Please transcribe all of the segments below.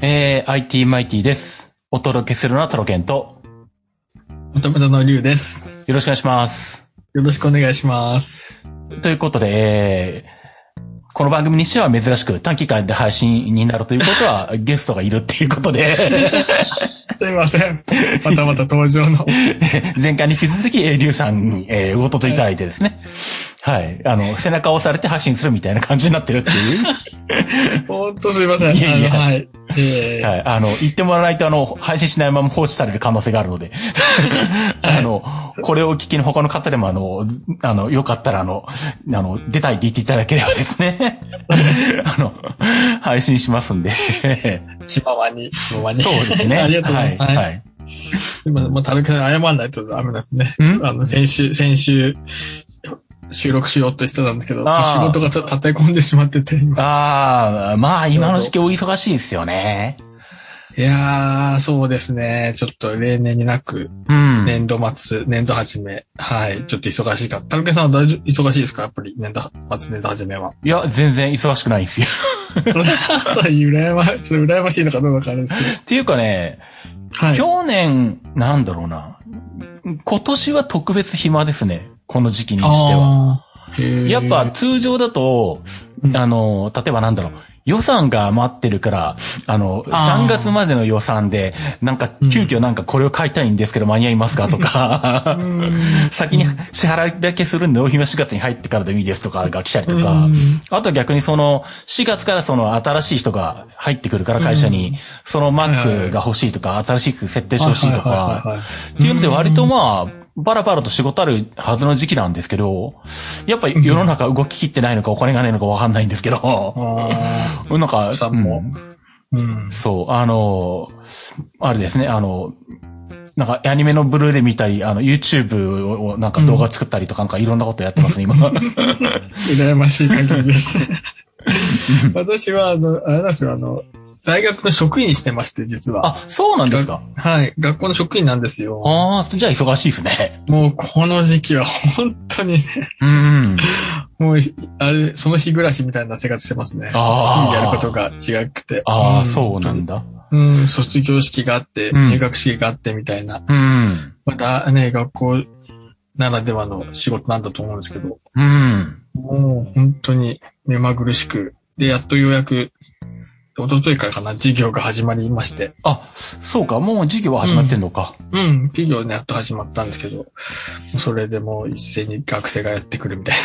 えー、IT マイティです。お届けするのはタロケンと、乙女座の龍です。よろしくお願いします。よろしくお願いします。ということで、えー、この番組にしては珍しく短期間で配信になるということは、 ゲストがいるっていうことで、 すいません。またまた登場の。前回に引き続き、えー、リュウさんに、えー、ご登場いただいてですね。はい。あの、背中を押されて配信するみたいな感じになってるっていう。ほんとすいません。いやいやあのはい。えーはい。あの、言ってもらわないと、あの、配信しないまま放置される可能性があるの で。あの、これをお聞きの他の方でも、あの、あの、よかったら、あの、あの、出たいって言っていただければです ね。あの、配信しますんで。チワワに。チワワに。そうです ね。ありがとうございます。は。はいい。はいすいません。もう軽く謝らないとダメですね。んあの、先週、先週、収録しようとしてたんですけど、あー仕事がちょっと立て込んでしまってて、今。ああ、まあ、今の時期お忙しいですよね。いやー、そうですね。ちょっと例年になく、うん。年度末、年度始め。はい。ちょっと忙しいから。たるけさんは大丈夫、忙しいですかやっぱり、年度末、年度始めは。いや、全然忙しくないんですよ。 そういう羨ま、ちょっと羨ましいのかどうかあれですけど。っていうかね、は去年、なんだろうな。今年は特別暇ですね。この時期にしては。あーへーやっぱ、通常だと、うんあの、例えばなんだろう、予算が余ってるから、あの、あー3月までの予算で、なんかうん、急遽なんかこれを買いたいんですけど間に合いますかとか、 先に支払いだけするんで、納品は4月に入ってからでもいいですとかが来たりとか、あと逆にその、4月からその新しい人が入ってくるから会社に、そのはいはいは Mac いが欲しいとか、新しく設定してほしいとか、はいはいはいはい、っていうので割とまあ、バラバラと仕事あるはずの時期なんですけど、やっぱ世の中動ききってないのかお金がないのかわかんないんですけど、 あなんか、さんもうんーうんそう、あの、あれですね、あの、なんかアニメのブルーレイ見たり、あの、YouTube をなんか動画作ったりとか、なんかいろんなことやってます ね、今。羨ましい限り です。私は、あの、あれなんですよ、あの、大学の職員してまして、実は。あ、そうなんですか。はい。学校の職員なんですよ。ああ、じゃあ忙しいですね。もう、この時期は本当にね、うん。もう、あれ、その日暮らしみたいな生活してますね。あー日々やることが違くて。ああ、んそうなんだ。うん、卒業式があって、うん入学式があってみたいな、うん。またね、学校ならではの仕事なんだと思うんですけど、うん。もう本当に目まぐるしく、で、やっとようやく、一昨日からかな、授業が始まりまして、あ、そうか、もう授業は始まってんのか。うん、授業ね、やっと始まったんですけど、もうそれでもう一斉に学生がやってくるみたい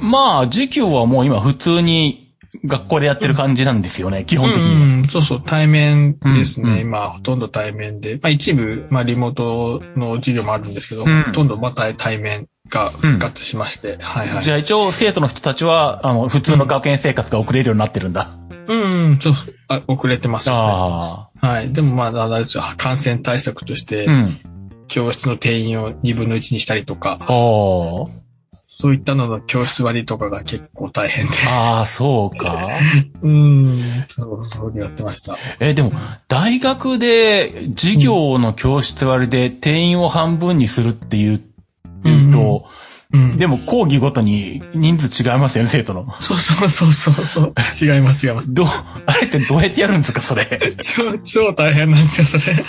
まあ、授業はもう今普通に学校でやってる感じなんですよね、基な。本的には。うん、そうそう、対面ですね、うんうん今、ほとんど対面で、まあ一部、まあリモートの授業もあるんですけど、うんほとんどまた対面が復活しまして、はいはい。じゃあ一応生徒の人たちは、あの、普通の学園生活が送れるようになってるんだ。うんうん、ちょっと、あ、遅れてます、ね。あはい。でもまあ、あれですよ感染対策としてあ。う、ん。教室の定員を2分の1にしたりとか、おーそういったのの教室割りとかが結構大変で。ああ、 そうか。うん。そう、そうやってました。え、でも、大学で授業の教室割で定員を半分にするっていう、言うと、うん。でも講義ごとに人数違いますよね、生徒の。そうそうそうそうそう。違います、違います。どう、あれってどうやってやるんですか、それ。超、超大変なんですよ、それ。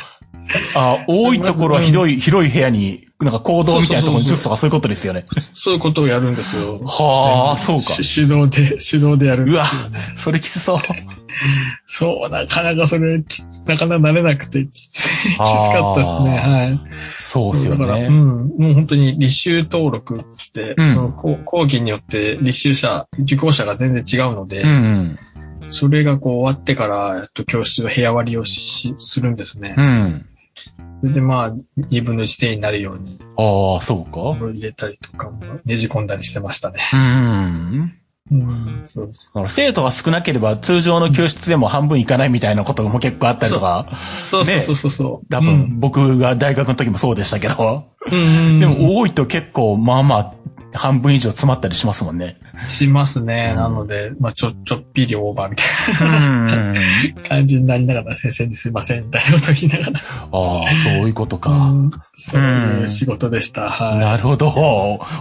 あ多いところは広い、広い部屋に、なんか行動みたいなところに移そうそうそうそうすとかそういうことですよね。そういうことをやるんですよ。はあ、そうか。し手動で、手動でやるんうですよわ、それきつそう。そう、なかなかそれ、きなかなか慣れなくて、きつい、きつあーかったですね。はい。そうですよだから、うね。ん、もう本当に履修登録って、うんその講講義によって履修者、受講者が全然違うので、うん、それがこう終わってから、えっと、教室の部屋割りをし、するんですねう。ん。それでまあ、2分の1点になるように、ああ、そうか。入れたりとかも、ねじ込んだりしてましたね。うん。うん、そうです。生徒が少なければ通常の教室でも半分いかないみたいなことも結構あったりとか、そうそうそうそうそう。多分僕が大学の時もそうでしたけど、うん、うん、でも多いと結構まあまあ半分以上詰まったりしますもん ね。しますね。なので、まあ、ちょ、ちょっぴりオーバーみたいうん。な感じになりながら、先生にすいません、みたいなことを言いながら。ああ、そういうことか。うんそういう仕事でした。はい。なるほど。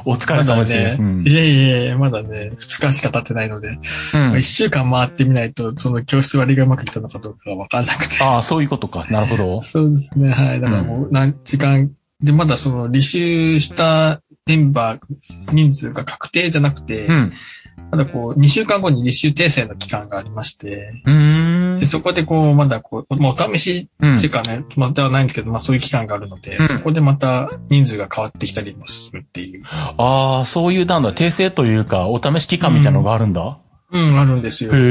お疲れま様だです。ね、うんいえいえいえ、まだね、二日しか経ってないので、うんまあ一週間回ってみないと、その教室割りがうまくいったのかどうかがわからなくて。 ああ、そういうことか。なるほど。そうですね、はい。だからもう何時間、で、まだその履修したメンバー、人数が確定じゃなくて、うん。まだこう、2週間後に履修訂正の期間がありまして、うーんで、。そこでこう、まだこう、まあ、お試しうんっていうかね、まあ、ではないんですけど、まあそういう期間があるので、うんそこでまた人数が変わってきたりもするっていう。ああ、そういう段だ。訂正というか、お試し期間みたいなのがあるんだ。うん、あるんですよ。そへえ。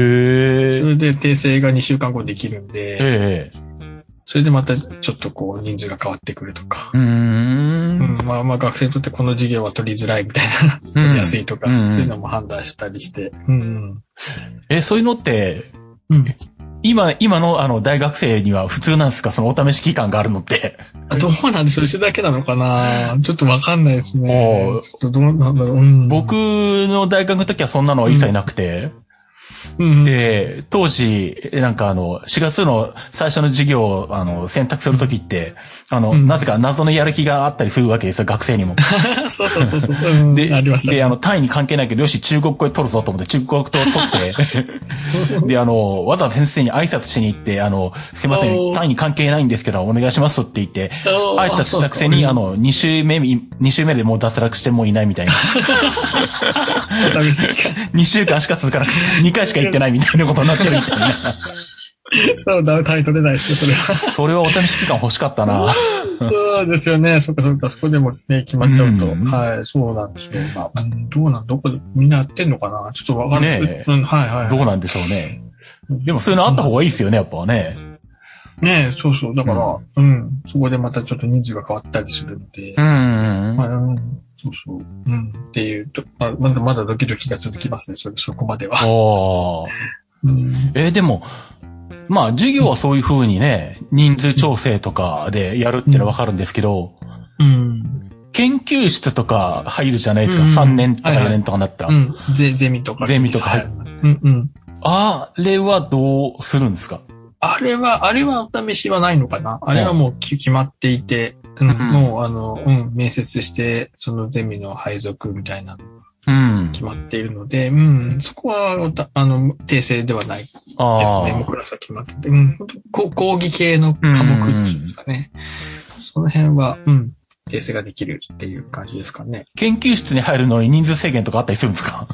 れで訂正が2週間後できるんで、ええ。それでまたちょっとこう人数が変わってくるとか。うー。うんん、まあまあ学生にとってこの授業は取りづらいみたいな、うん取りやすいとか、うんそういうのも判断したりして。うん。え、そういうのって、うん。今、今のあの、大学生には普通なんですかそのお試し期間があるのって。あどうなんでしょううちだけなのかなちょっとわかんないですおねう。ちょっとどうなんだろう。うん、僕の大学の時はそんなのは一切なくて。うん、で、当時、えなんかあの、4月の最初の授業を、あの、選択するときって、あの、うんなぜか謎のやる気があったりするわけですよ、学生に も。そうそうそうそう。うんで、ありました。で、あの、単位に関係ないけど、よし、中国語で取るぞと思って、中国語取 って、で、あの、わざわざ先生に挨拶しに行って、あの、すいませおん、ー単位に関係ないんですけど、お願いしますって言って、おー挨拶したくせに、ああの、2週目、2週目でもう脱落してもういないみたい な。お試し期間2週間しか続かなくて、2回しか行ってないみたいなことになってるみたい な。そう、だめ単位取れないですよ、それは。それはお試し期間欲しかったな。 そうですよね。そっかそっか、そこでもね、決まっちゃうと。うんはい、そうなんですよ。まあ、うんどうなん、どこで、みんなやってんのかなちょっとわかんない。ねえうん、はいはいどはうなんでしょうね。でもそういうのあった方がいいですよね、やっぱね。い。ねえそうそう。だから、うん、そこでまたちょっと人数が変わったりするので。んまあ、うん、そうそう。うん、っていうと、まあ、まだまだドキドキが続きますね、それそこまでは。おー。うん、えーでも、まあ、授業はそういう風にね、人数調整とかでやるってのはわかるんですけど、うん、研究室とか入るじゃないですか。うん3年とかはいはい4年とかなったら。うん、ゼゼミとか。ゼミとかは入い。うん、うん。あれはどうするんですかあれは、あれはお試しはないのかなあれはもうき決まっていて、うんうんもうあの、うん、面接して、そのゼミの配属みたいなのがうん。決まっているので、うん、そこはおた、あの、訂正ではないですあね。もうあ。クラスは決まってて、うん、本当こう講義系の科目っていうんですかね。その辺は、うん、訂正ができるっていう感じですかね。研究室に入るのに人数制限とかあったりするんですか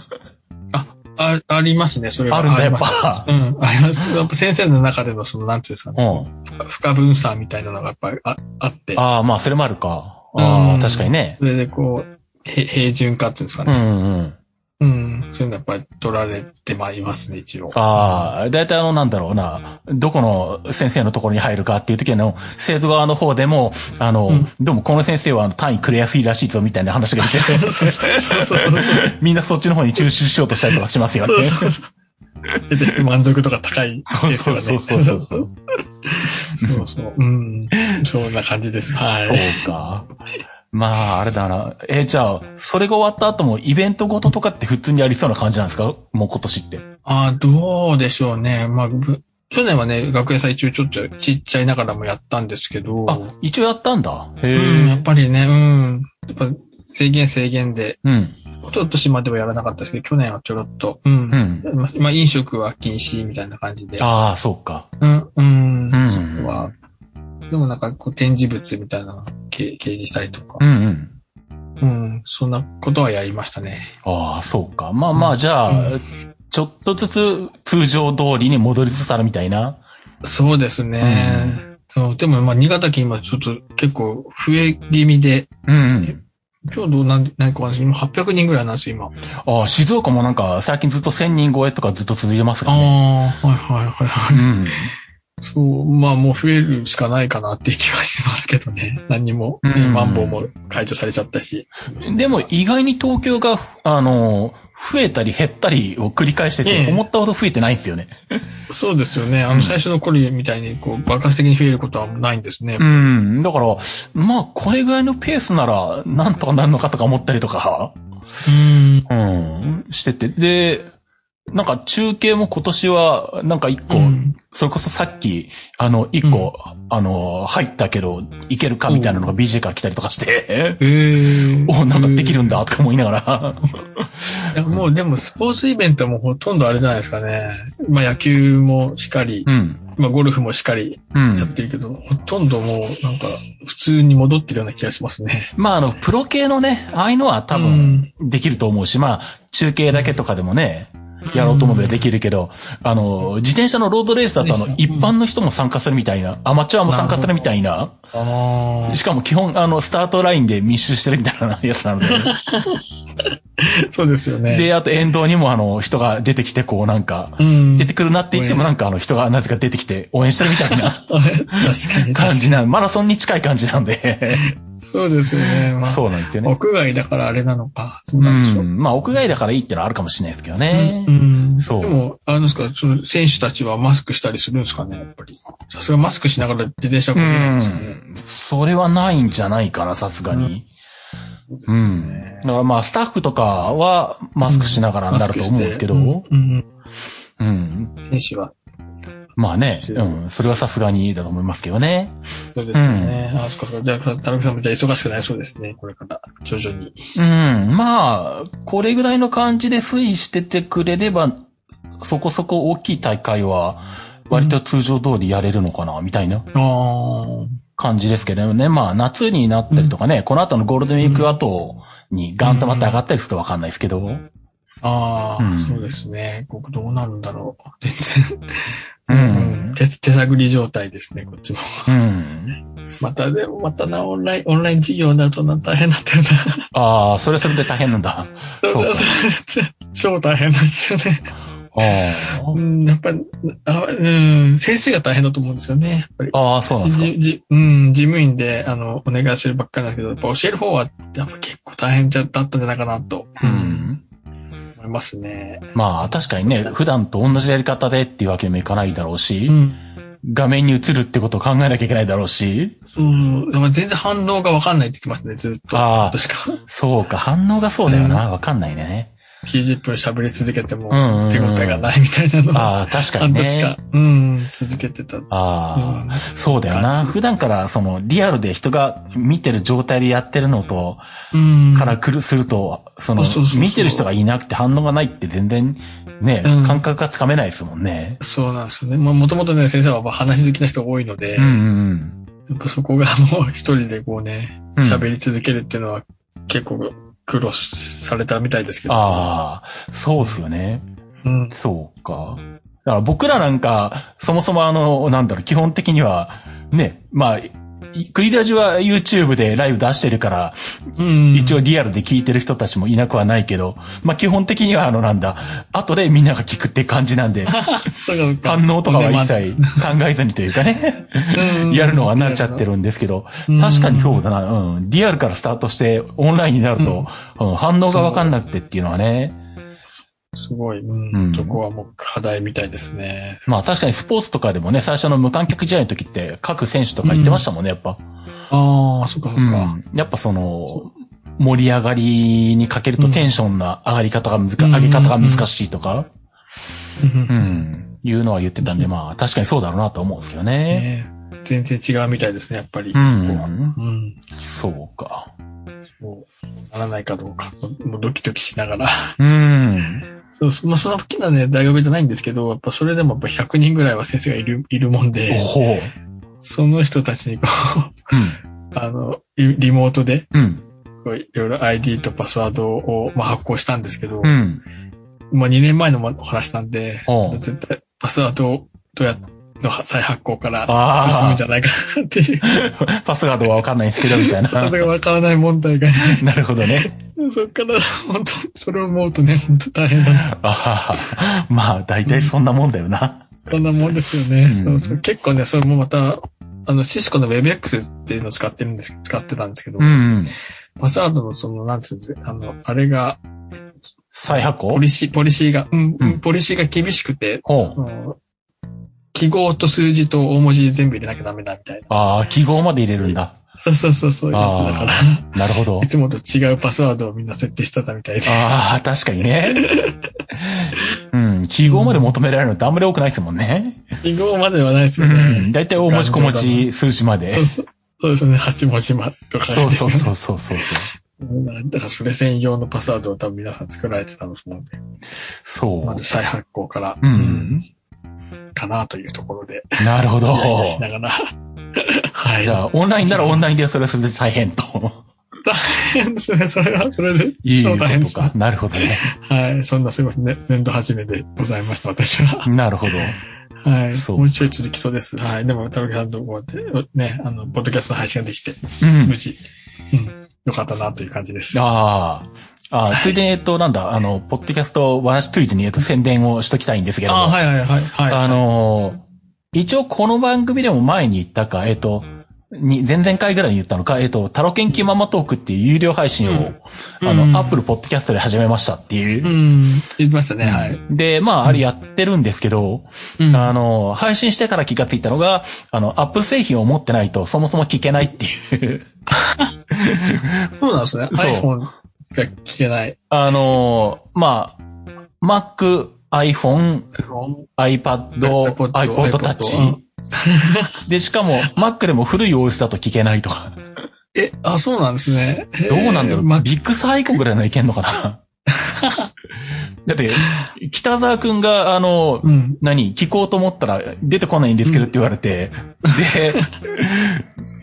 あ、ありますね、それは。あるんだ、やっありぱ。ますうん、あります。やっぱ先生の中でのその、なんていうんですかうね、ん。不可分散みたいなのがやっぱりああって、ああ、まあ、それもあるか。あうあ、ん確かにね。それでこう、へ平準化っていうんですかうね。んうん。うん。そういうのやっぱり取られてまいりますね、一応。ああ、だいたいあの、なんだろうな、どこの先生のところに入るかっていう時の、生徒側の方でも、あの、うんどうもこの先生はあの単位くれやすいらしいぞみたいな話が出 て、そうそうそうそうそうそうそう。みんなそっちの方に抽出しようとしたりとかしますよねそう。そうそう。で満足度が高いそうですそかうらね。そうそうそう。そうそうそう。うん。そんな感じです。はい。か。まあ、あれだな。えじゃあ、それが終わった後もイベントごととかって普通にありそうな感じなんですかもう今年って。あーどうでしょうね。まあ、ぶ去年はね、学園祭中ちょっとちっちゃいながらもやったんですけど、あ、一応やったんだ。へうん、やっえ。ぱりね、うん。やっぱ制限制限で、うん。おととしまではやらなかったですけど、去年はちょろっと、うんう。ん。ままあ、飲食は禁止みたいな感じで。ああ、そうか。うん、うん。うんそこは、でもなんかこう展示物みたいなのをけ掲示したりとかう、んうん。うん。そんなことはやりましたね。ああ、そうか。まあまあ、じゃあ、うちょっとずつ通常通りに戻りつつあるみたいな。そうですね。そうでもまあ、新潟県今ちょっと結構増え気味で、うん。今日どうなん、何個か今800人ぐらいなんですよ、今。ああ、静岡もなんか最近ずっと1000人超えとかずっと続いてますあからね。あ、はいはいはいはうい。ん。そう、まあもう増えるしかないかなって気はしますけどね。何も、ねうんマンボウも解除されちゃったし。でも意外に東京が、あの、増えたり減ったりを繰り返してて、ええ思ったほど増えてないんですよね。そうですよね。あうんの、最初の頃みたいに、こう、爆発的に増えることはないんですね。うん。だから、まあ、これぐらいのペースなら、なんとかなるのかとか思ったりとか。うん。うん、してて。で、なんか中継も今年は、なんか一個、うんそれこそさっき、あの、一個、あの、入ったけど、いけるかみたいなのが BJ から来たりとかして、 えー、お、なんかできるんだとか思いながら。いやもうでもスポーツイベントもほとんどあれじゃないですかね。まあ野球もしっかり、うん。まあゴルフもしっかりうやっん。てるけど、ほとんどもうなんか普通に戻ってるような気がしますね。まあ、あの、プロ系のね、ああいうのは多う分、んできると思うし、まあ、中継だけとかでもね、やろうと思えばできるけど、あの、自転車のロードレースだとあのうん、一般の人も参加するみたいな、アマチュアも参加するみたいな、ああしかも基本、あの、スタートラインで密集してるみたいなやつな ので。 そうですよね。で、あと沿道にもあの、人が出てきて、こうなんか、うん。出てくるなって言ってもなんかあの、人がなぜか出てきて応援してるみたいな 確かに。感確かじな、マラソンに近い感じなんで。に。そうですよね。まあ、そうなんですよね。屋外だからあれなのか。そううなんでしょう。ん。まあ、屋外だからいいってのはあるかもしれないですけどねう。んそうでも、あれですか、その選手たちはマスクしたりするんですかね、やっぱり。さすがマスクしながら自転車こうぎないんですよね。ん。それはないんじゃないかな、さすがに。うん。だからまあ、スタッフとかはマスクしながらになると思うんですけど。マスクしてうんうんうん。選手は。まあね、うん。それはさすがにだと思いますけどね。そうですよね。あ、そこか。じゃあ、田中さんもじゃあ忙しくなりそうですね。これから、徐々に。うん。まあ、これぐらいの感じで推移しててくれれば、そこそこ大きい大会は、割と通常通りやれるのかな、みたいなあ感じですけどね。まあ、夏になったりとかね、この後のゴールデンウィーク後にガンとまた上がったりするとわかんないですけど。あ。ああ、うんそうですね。ここどうなるんだろう。全う然。うんん。手手探り状態ですね、こっちも。うん。また、でも、またな、オンライン、オンライン授業になるとな、大変だったよな。ああ、それはそれで大変なんだ。そうか 超大変ですよね。あうん、やっぱり、あうん、先生が大変だと思うんですよね、やっぱり。あああ、そうなんですか。じじうん、事務員で、あの、お願いしてるばっかりなんですけど、やっぱ教える方は、やっぱ結構大変じゃだったんじゃないかなと、う、ん。思いますね。まあ、確かにね、普段と同じやり方でっていうわけにもいかないだろうし、ん。画面に映るってことを考えなきゃいけないだろうし、うん、でも全然反応がわかんないって言ってましたね、ずっと。ああ確か。そうか、反応がそうだよな、わかんないね。 90分喋り続けてもうんうんうん、手応えがないみたいなのああ、確かに半ね。年間、うん、続けてた。ああ、うそうだよな。感じ普段から、その、リアルで人が見てる状態でやってるのと、ん。からくる、すると、そのあそうそうそ、う見てる人がいなくて反応がないって全然、ねう、ん感覚がつかめないですもんね。そうなんですよね。まあ、もともとね、先生はやっぱ話好きな人が多いので、うんやうんっぱそこがもう一人でこうね、うん。うん喋り続けるっていうのは結構苦労されたみたいですけど。ああ、そうっすよね。うん。そうか。だから僕らなんか、そもそもあの、なんだろう、基本的には、ね、まあ、いクリラジは YouTube でライブ出してるから、うん。一応リアルで聞いてる人たちもいなくはないけど、まあ基本的にはあのなんだ、後でみんなが聞くって感じなん で、そうか反応とかは一切考えずにというかね、うんやるのは慣れちゃってるんですけど、うん確かにそうだな、うん、リアルからスタートしてオンラインになると、うん反応がわかんなくてっていうのはね、すごい、ううんん。そこはもう課題みたいですね。まあ確かにスポーツとかでもね、最初の無観客試合の時って各選手とか言ってましたもんね、やっぱ。ああ、そっかそっうんか。やっぱその、盛り上がりにかけるとうんテンションの上がり方が難、うん上げ方が難しいとか、うんうん、いうのは言ってたんで、まあ確かにそうだろうなと思うんですけどね。ね全然違うみたいですね、やっぱり。うそこはん、うん。そうか。もう、ならないかどうか、もうドキドキしながら。うん。そうそう、まあ、そんな大きなね、大学じゃないんですけど、やっぱそれでもやっぱ100人ぐらいは先生がいる、いるもんおで、ほう。その人たちにこう、 あの、リリモートで、うん。うん。こういろいろ ID とパスワードを、まあ、発行したんですけど、うん。まあ2年前のお話なんで、おう絶対パスワードをどうやの再発行からあー進むんじゃないかなっていう、パスワードはわかんないんですけど、みたいそ な。れがわからない問題が、ね、なるほどね。そっから本当、それを思うとね、本当大変だなああ、まあ大体そんなもんだよな。そんなもんですよね。うんそうそう結構ね、それもまた、あの、シスコの WebX っていうのを使ってるんです、使ってたんですけど、うん。パスワードのその、なんつうんですかあの、あれが、再発ポ行リシー、ポリシーが、うん、うんポリシーが厳しくて、ほうあ。の記号と数字と大文字全部入れなきゃダメだみたいな。ああ、記号まで入れるんだ。そうそうそう、そういうやつだから。なるほどい。つもと違うパスワードをみんな設定してたみたいで。ああ、確かに ね。うん、記号まで求められるのってあんまり多くないですもんね。記号まではないですうよん。ね。だいたい大文字小文字、数字までそ。うそう。そうですよね。八文字まとか、ね。そうそうそうそうそう。うんだからそれ専用のパスワードを多分皆さん作られてたのと思うんで、そまず再発行から、う。うん。かなというところで、なるほど。イライラしながら。はい。じゃあ、オンラインならオンラインでそれはそれで大変と。大変ですね。 それは、それで、い超うこ大変でとすかね。。なるほどね。はい。そんなすごい、ね、年度初めでございました、私は。なるほど。はい。そうもうちょい続きそうです。はい。でも、たるきさんとこうやって、ね、あの、ポッドキャストの配信ができて、うん無。事、うん、よかったなという感じです。ああ。ああ、ついでに、えっと、なんだ、あの、ポッドキャスト話ついでに、えっと、宣伝をしときたいんですけども。あはいはいはい。はい。あのー一応この番組でも前に言ったか、えっ、と、に、前々回ぐらいに言ったのか、えっ、と、タロケンキママトークっていう有料配信を、うんあうんの、アップルポッドキャストで始めましたっていう。うん、言ってましたね、はい。で、まあ、あれやってるんですけど、うんあの、配信してから気がついたのが、あの、アップル製品を持ってないとそもそも聞けないっていう。 そうなんですね。そう iPhone しか聞けない。あの、まあ、Mac、iPhone、iPad、 iPod iPod Touch。で、しかも、Mac でも古い OS だと聞けないとか。え、あ、そうなんですね。どうなんだろえーう、まビッグサイコぐらいならいけんのか なだって、北沢くんが、あの、うん。何聞こうと思ったら出てこないんですけどって言われて、で、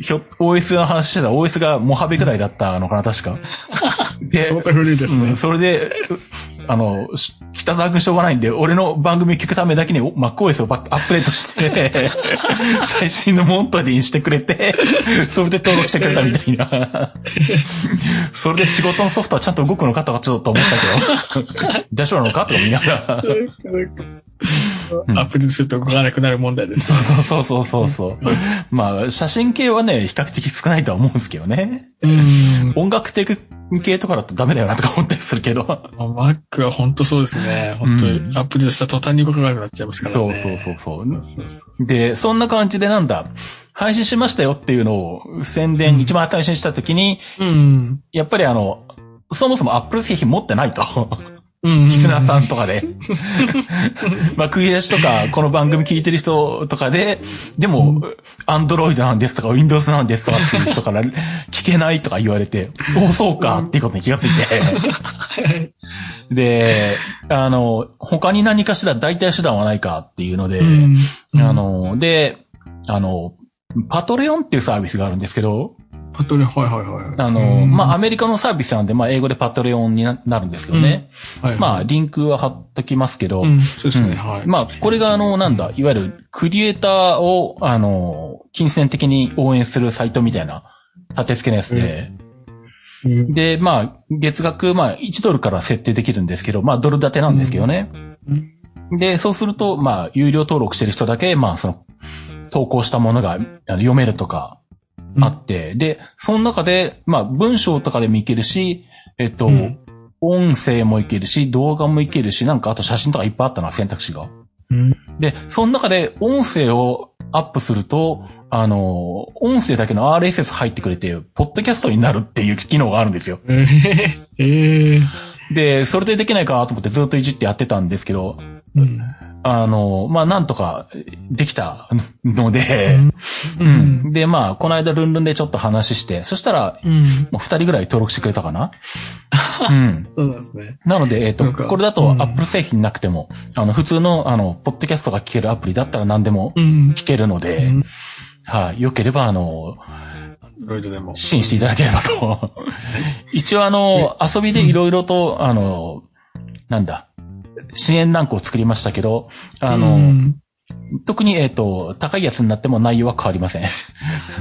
ひょ、OS の話してたら OS がモハベぐらいだったのかな、確か。で相当古いですねうんそれで、あの、し北沢くんしょうがないんで、俺の番組聞くためだけにお MacOS をバックアップデート して、最新のモントリーにしてくれて、それで登録してくれたみたい な。それで仕事のソフトはちゃんと動くのかとかちょっと思ったけど、 大丈夫なのかとか見ながら。アップデートすると動かなくなる問題です。そうそうそうそうそう。まあ、写真系はね、比較的少ないとは思うんですけどね。うん。音楽的系とかだとダメだよなとか思ったりするけど。 Mac は本当そうですね。本当うに。アップデートした途端に動かなくなっちゃいますから そうね。そうそうそう。そうそう。で、そんな感じでなんだ、配信しましたよっていうのを宣伝、うん一番最初にした時に、うん。やっぱりあの、そもそも Apple 製品持ってないと。うん。リスナーさんとか で。まあ、食い出しとか、この番組聞いてる人とかで、でも、Android なんですとか、Windows なんですとかっていう人から、聞けないとか言われて、おそうかっていうことに気がつい いて。で、あの、他に何かしら代替手段はないかっていうので、うん。あの、で、あの、パトレオンっていうサービスがあるんですけど、パトレオン、はいはいはいはい。あうの、んまあ、アメリカのサービスなんで、まあ、英語でパトレオンにななるんですけどね。はいまはあ、いリンクは貼っときますけど、うん、そうですね、うんはい。まあ、これがあの、なんだ、いわゆるクリエイターを、あの、金銭的に応援するサイトみたいな立て付けのやつで、うんで、まあ、月額、まあ、1ドルから設定できるんですけど、まあ、ドル建てなんですけどね。うんで、そうすると、まあ、有料登録してる人だけ、まあ、その、投稿したものがあの読めるとか、あって、で、その中で、まあ、文章とかでもいけるし、えっと、うん音声もいけるし、動画もいけるし、なんかあと写真とかいっぱいあったな、選択肢が。うんで、その中で音声をアップすると、あの、音声だけの RSS 入ってくれて、ポッドキャストになるっていう機能があるんですよ。えーえーで、それでできないかなと思ってずっといじってやってたんですけど、うんあの、まあ、なんとかできた ので、ううんん。で、まあ、この間ルンルンでちょっと話して、そしたら、うん。もう二人ぐらい登録してくれたか なうん。そうなんですね。なので、えっ、なと、んかこれだとうん Apple 製品なくても、あの、普通の、あの、ポッドキャストが聞けるアプリだったら何でもうん。聞けるので、うんはい、良ければ、あの、ロイドでも。支援していただければと。 一応、あの、遊びでいろいろと、あの、なんだ、支援ランクを作りましたけど、あの、うん特に、えっ、と、高いやつになっても内容は変わりません。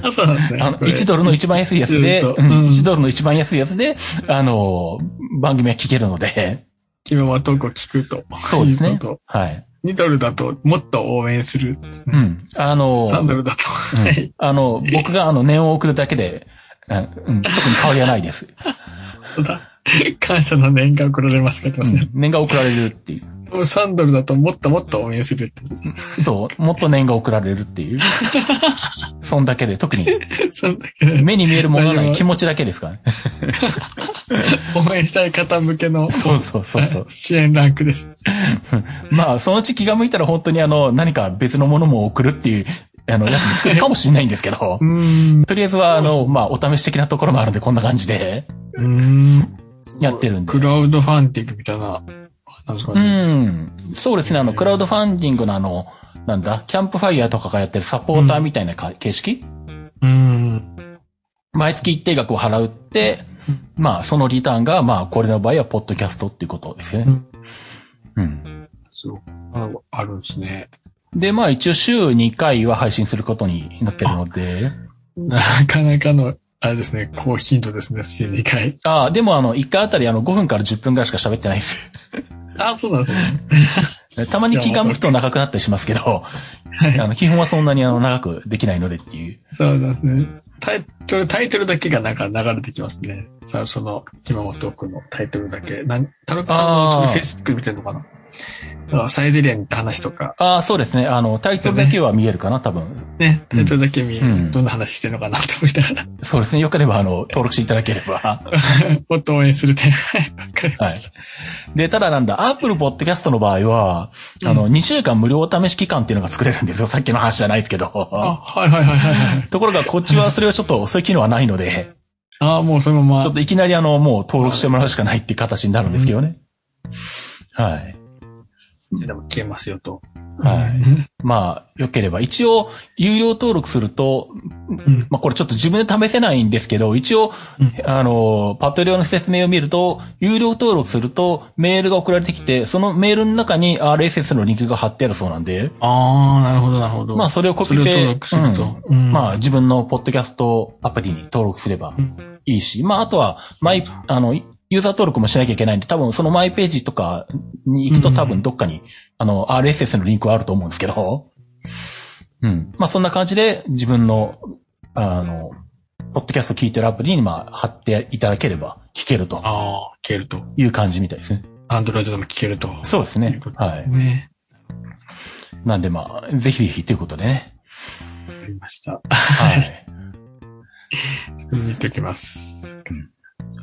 あ、そうなんですね。あの、 これ1ドルの一番安いやつで、ずっとうんうん1ドルの一番安いやつで、あの、番組は聞けるので、今はトークを聞くと。そうですいねことと。はい。 2ドルだと、もっと応援する。うん。あの、 3ドルだと。うんはい。あの、僕があの、念を送るだけで、うんうん特に変わりはないです。そうだ。感謝の年賀送られますかって言ってますね。年賀送られるっていう。もう3ドルだともっともっと応援するって。そう。もっと年賀送られるっていう。そんだけで、特にそんだけ目に見えるものがない気持ちだけですからね。応援したい方向け のそうそうそうそう。支援ランクです。まあ、そのうち気が向いたら本当にあの、何か別のものも送るっていう、あの、やつも作るかもしれないんですけどう。ーん。とりあえずは、あの、まあ、お試し的なところもあるんで、こんな感じでうーん。やってるんで。クラウドファンディングみたいな、なんですかうね。ん。そうですね、あの、クラウドファンディングのあの、なんだ、キャンプファイヤーとかがやってるサポーターみたいなか形式うん。毎月一定額を払うって、まあ、そのリターンが、まあ、これの場合は、ポッドキャストっていうことですよね。うん。そう。ああるんですね。で、まあ、一応週2回は配信することになってるので、なかなかの、あれですね、高頻度ですね、週2回。ああ、でもあの、1回あたりあの、5分から10分ぐらいしか喋ってないです。あ、そうなんですね。たまに気が向くと長くなったりしますけど、はあい。の、基本はそんなにあの、長くできないのでっていう。そうなんですね。タイトル、タイトルだけがなんか流れてきますね。さあ、その、今もトークのタイトルだけ。なん、タロットさんのそのあーフェイスブック見てるのかなだからサイゼリアに行った話とか、ああ、そうですね。あの、タイトルだけは見えるかな、多分。ね、タイトルだけ見、うんどんな話してるのかなと思いながら、そうですね。よければ、あの、登録していただければ。 もっと応援する点。はい、わかりました。で、ただなんだ、Apple Podcast の場合は、あの、2週間無料お試し期間っていうのが作れるんですよ。さっきの話じゃないですけあ、ど。はいはいはいはいはい。ところが、こっちはそれをちょっと、そういう機能はないので、ああ、もうそのまちょまっ。といきなりあの、もう登録してもらうしかないっていう形になるんですけどね。はい。でも消えますよと。はい。まあ、良ければ。一応、有料登録すると、うん。まあこれちょっと自分で試せないんですけど、一応、うんあの、パトリオの説明を見ると、有料登録するとメールが送られてきて、そのメールの中に RSS のリンクが貼ってあるそうなんで、ああ、なるほどなるほど。まあそれをコそピれをペ、登録すると。うんうんまあ自分のポッドキャストアプリに登録すればうんいいし、まああとは、マイ、あの、ユーザー登録もしなきゃいけないんで、多分そのマイページとかに行くとうん多分どっかに、あの、RSS のリンクはあると思うんですけど、うん。まあそんな感じで自分の、あの、ポッドキャスト聞いてるアプリに、まあ、貼っていただければ聞けるとああ、聞けると。いう感じみたいですね。アンドロイドでも聞けると。そうですといねうこ。とはでいす。ね。なんでまあ、ぜひぜひということで ね。わかりました。はい。見ておきます。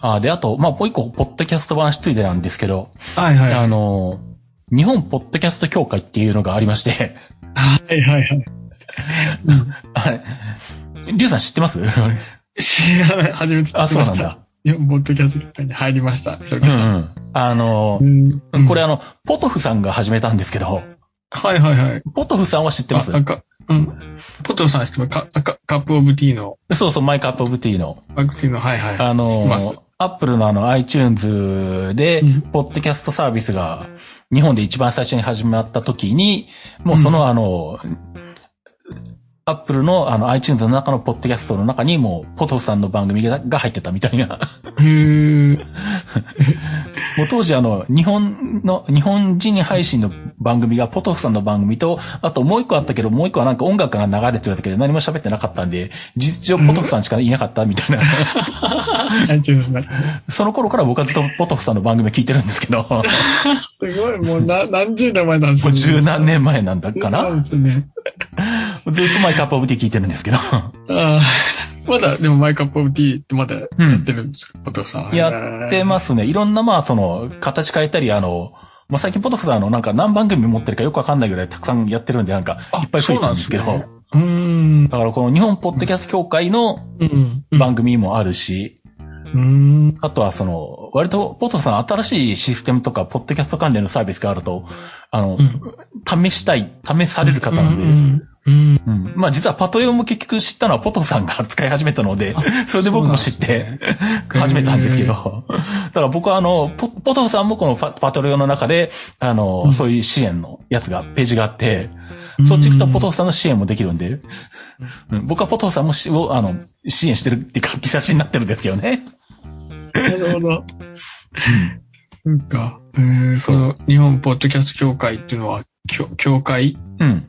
あで、あと、まあ、もう一個、ポッドキャスト話ついでなんですけど、はいはい。あの、日本ポッドキャスト協会っていうのがありまして、 はいはいはい。はい。リュウさん知ってます知らない。初めて聞きまあ、しそた。うなんだ。いや、ポッドキャストに入りました。うんうん。あのう、んこれあの、ポトフさんが始めたんですけど、はいはいはい。ポトフさんは知ってますあ赤うん。ポトフさん知ってますか赤カップオブティーの、そうそう、マイカップオブティーの。バックティーの、はいはい。あ知ってます。の、アップルのあの iTunes でうん、ポッドキャストサービスが日本で一番最初に始まった時に、もうそのあの、アップルのあの iTunes の中のポッドキャストの中にもう、ポトフさんの番組がが入ってたみたいな。 へーもう当時あの、日本の、日本人配信の番組がポトフさんの番組と、あともう一個あったけど、もう一個はなんか音楽が流れてるだけで何も喋ってなかったんで、事実上ポトフさんしかいなかったみたい な。 iTunes な。その頃から僕はずっとポトフさんの番組聞いてるんですけど、もすごい、もう な何十年前なんですう十何年年前なんだかそうな。ですね。ずっとマイカップオブティー聞いてるんです けど。ああ、まだ、でもマイカップオブティーってまだやってるんですか、ポトフさん。やってますね。いろんなまあその、形変えたり、あの、まあ、最近ポトフさんあのなんか何番組持ってるかよくわかんないぐらいたくさんやってるんで、なんかあいっぱい増えたんですけど。そうなんですねうーん。だからこの日本ポッドキャスト協会のうん。番組もあるし、うん。あとはその、割と、ポトフさん新しいシステムとか、ポッドキャスト関連のサービスがあると、あの、試したい、試される方なんで、うん。うん。うんまあ実はパトレオンも結局知ったのはポトフさんが 使い始めたのであ、それで僕も知って、始めたんですけど、だから僕はあの、ポポトフさんもこのパパトレオンの中で、あの、うんそういう支援のやつが、ページがあって、うんそっち行くとポトフさんの支援もできるんで、うん僕はポトフさんもしを、あの、支援してるって感じ写真になってるんですけどね。なるほど。そうか。えー、その、日本ポッドキャスト協会っていうのは、協協会うん。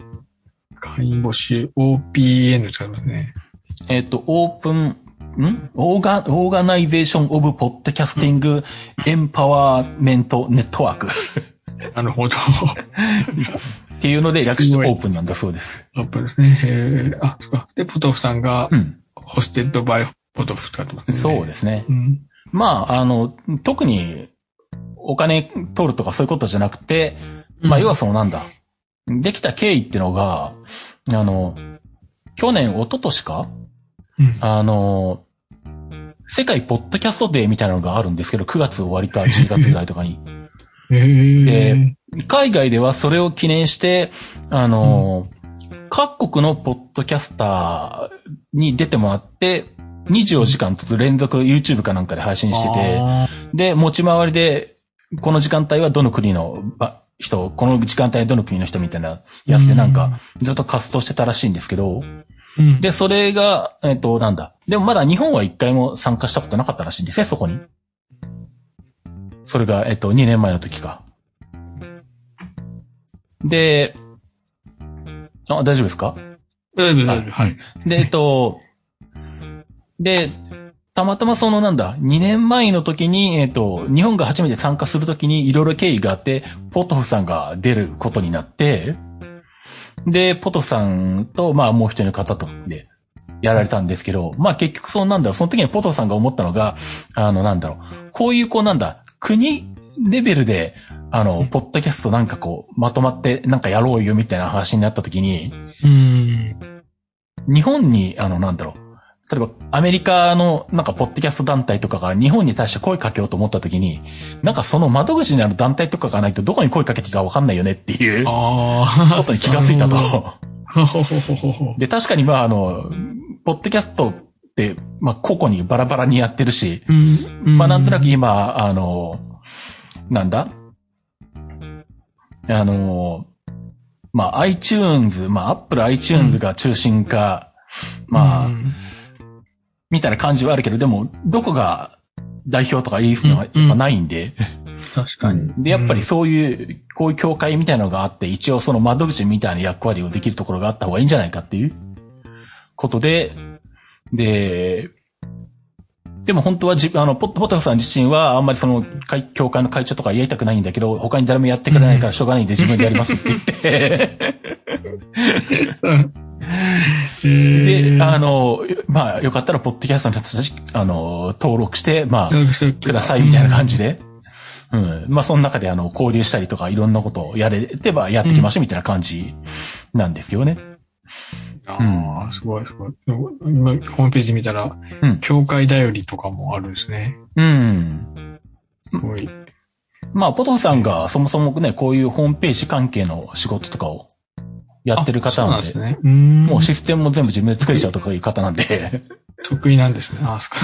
会員募集 OPN って書いてますね。えっ、と、オープンんオーガ、オーガナイゼーションオブポッドキャスティングエンパワーメントネットワークなるほど。っていうので略してオープンなんだそうです。アップルですね。えー、あ、そうか。で、ポトフさんがう、ん。ホステッドバイポトフって書いてますね。そうですね。うん。まあ、あの、特にお金取るとかそういうことじゃなくて、まあ、要はそのなんだ。できた経緯ってのが、あの、去年、一昨年かうん、あの、世界ポッドキャストデーみたいなのがあるんですけど、9月終わりか10月ぐらいとか に。えーで、海外ではそれを記念して、あの、各国のポッドキャスターに出てもらって、24時間ずつ連続 YouTube かなんかで配信してて、あで、持ち回りで、この時間帯はどの国のば人、この時間帯はどの国の人みたいなやつでなんか、ずっと活動してたらしいんですけど、ー、うん、で、それが、えっ、と、なんだ。でもまだ日本は一回も参加したことなかったらしいんですね、そこに。それが、えっ、と、2年前の時か。で、あ、大丈夫ですか大丈夫、大丈夫、はい。で、えっと、で、たまたまそのなんだ、2年前の時に、えっと、日本が初めて参加する時にいろいろ経緯があって、ポトフさんが出ることになって、で、ポトフさんと、まあもう一人の方とで、やられたんですけど、まあ結局そうなんだろう、その時にポトフさんが思ったのが、あのなんだろう、こういうこうなんだ、国レベルで、あの、ポッドキャストなんかこう、まとまってなんかやろうよみたいな話になった時に、うん。日本に、あの、なんだろう。例えば、アメリカの、なんか、ポッドキャスト団体とかが日本に対して声かけようと思った時に、なんかその窓口にある団体とかがないとどこに声かけていいかわかんないよねっていうこああ。とに気がついたと。ほほほほほ。で、確かにまあ、あの、ポッドキャストって、まあ、個々にバラバラにやってるし、うん。まあ、なんとなく今、あの、なんだあの、まあ、iTunes、まあ、Apple iTunes が中心か、まあ、うん、みたいな感じはあるけど、でも、どこが代表とか言いすのはうんやっぱないんで、確かに。で、やっぱりそういう、こういう協会みたいなのがあって、一応その窓口みたいな役割をできるところがあった方がいいんじゃないかっていうことで、で、でも本当はじ、あの、ポポトフさん自身は、あんまりその、会協会の会長とかやりたくないんだけど、他に誰もやってくれないからしょうがないんで自分でやりますって言 って、うん。でで、あの、まあ、よかったら、ポッドキャストの人たち、あの、登録して、まあ、くださいみたいな感じで。うん。まあ、その中で、あの、交流したりとか、いろんなことをやれてばやってきましょうみたいな感じなんですけどね。ああ、すごい、すごい。今、ホームページ見たら、うん教会だよりとかもあるんですね。うん。すごい。まあ、ポトフさんがそもそもね、こういうホームページ関係の仕事とかをやってる方なんあで、そうなんですね。うん。もうシステムも全部自分で作れちゃうとかいう方なんで、得意なんですね。ああ、そっか。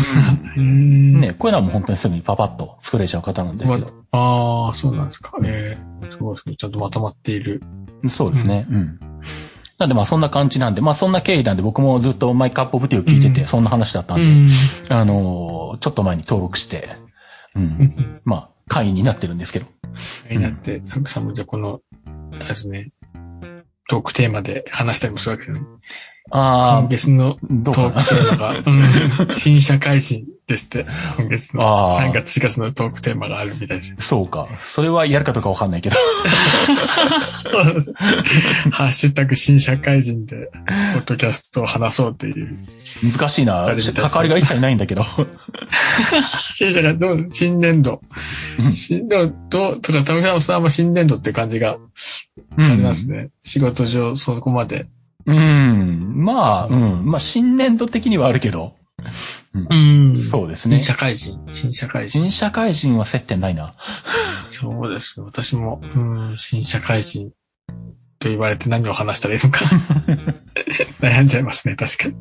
うんね、こういうのはもう本当にすぐにパパッと作れちゃう方なんですけど。ああ、そうなんですか。ええすごい、すごい。ちゃんとまとまっている。そうですね。うん。なんでまあそんな感じなんで、まあそんな経緯なんで僕もずっとマイクアップオブティを聞いてて、うんそんな話だったんで、ん。あのーちょっと前に登録して、う。うんんまあ、会員になってるんですけど。になって、サクさんもじゃあこの、あれですね、トークテーマで話したりもするわけですね。あ今月のあ、どトうかーな。クテーマが、 うん新社会人ですって、今月のあー3月4月のトークテーマがあるみたい です。そうか。それはやるかどうかわかんない けど。そうなんです。ハッシュタグ新社会人で、ポッドキャストを話そうっていう。難しいなや。るみたいです関わりが一切ないんだけど。新社会、どう、新年度。新年度とか、田中さんも新年度って感じがうありん。ますね。仕事上、そこまで。うん。まあ、うん。まあ、新年度的にはあるけど。うんそうです新ね。社会人、新社会人。新社会人は接点ないな。そうですね。私も、うん、新社会人と言われて何を話したらいい のか。悩んじゃいますね、確かに。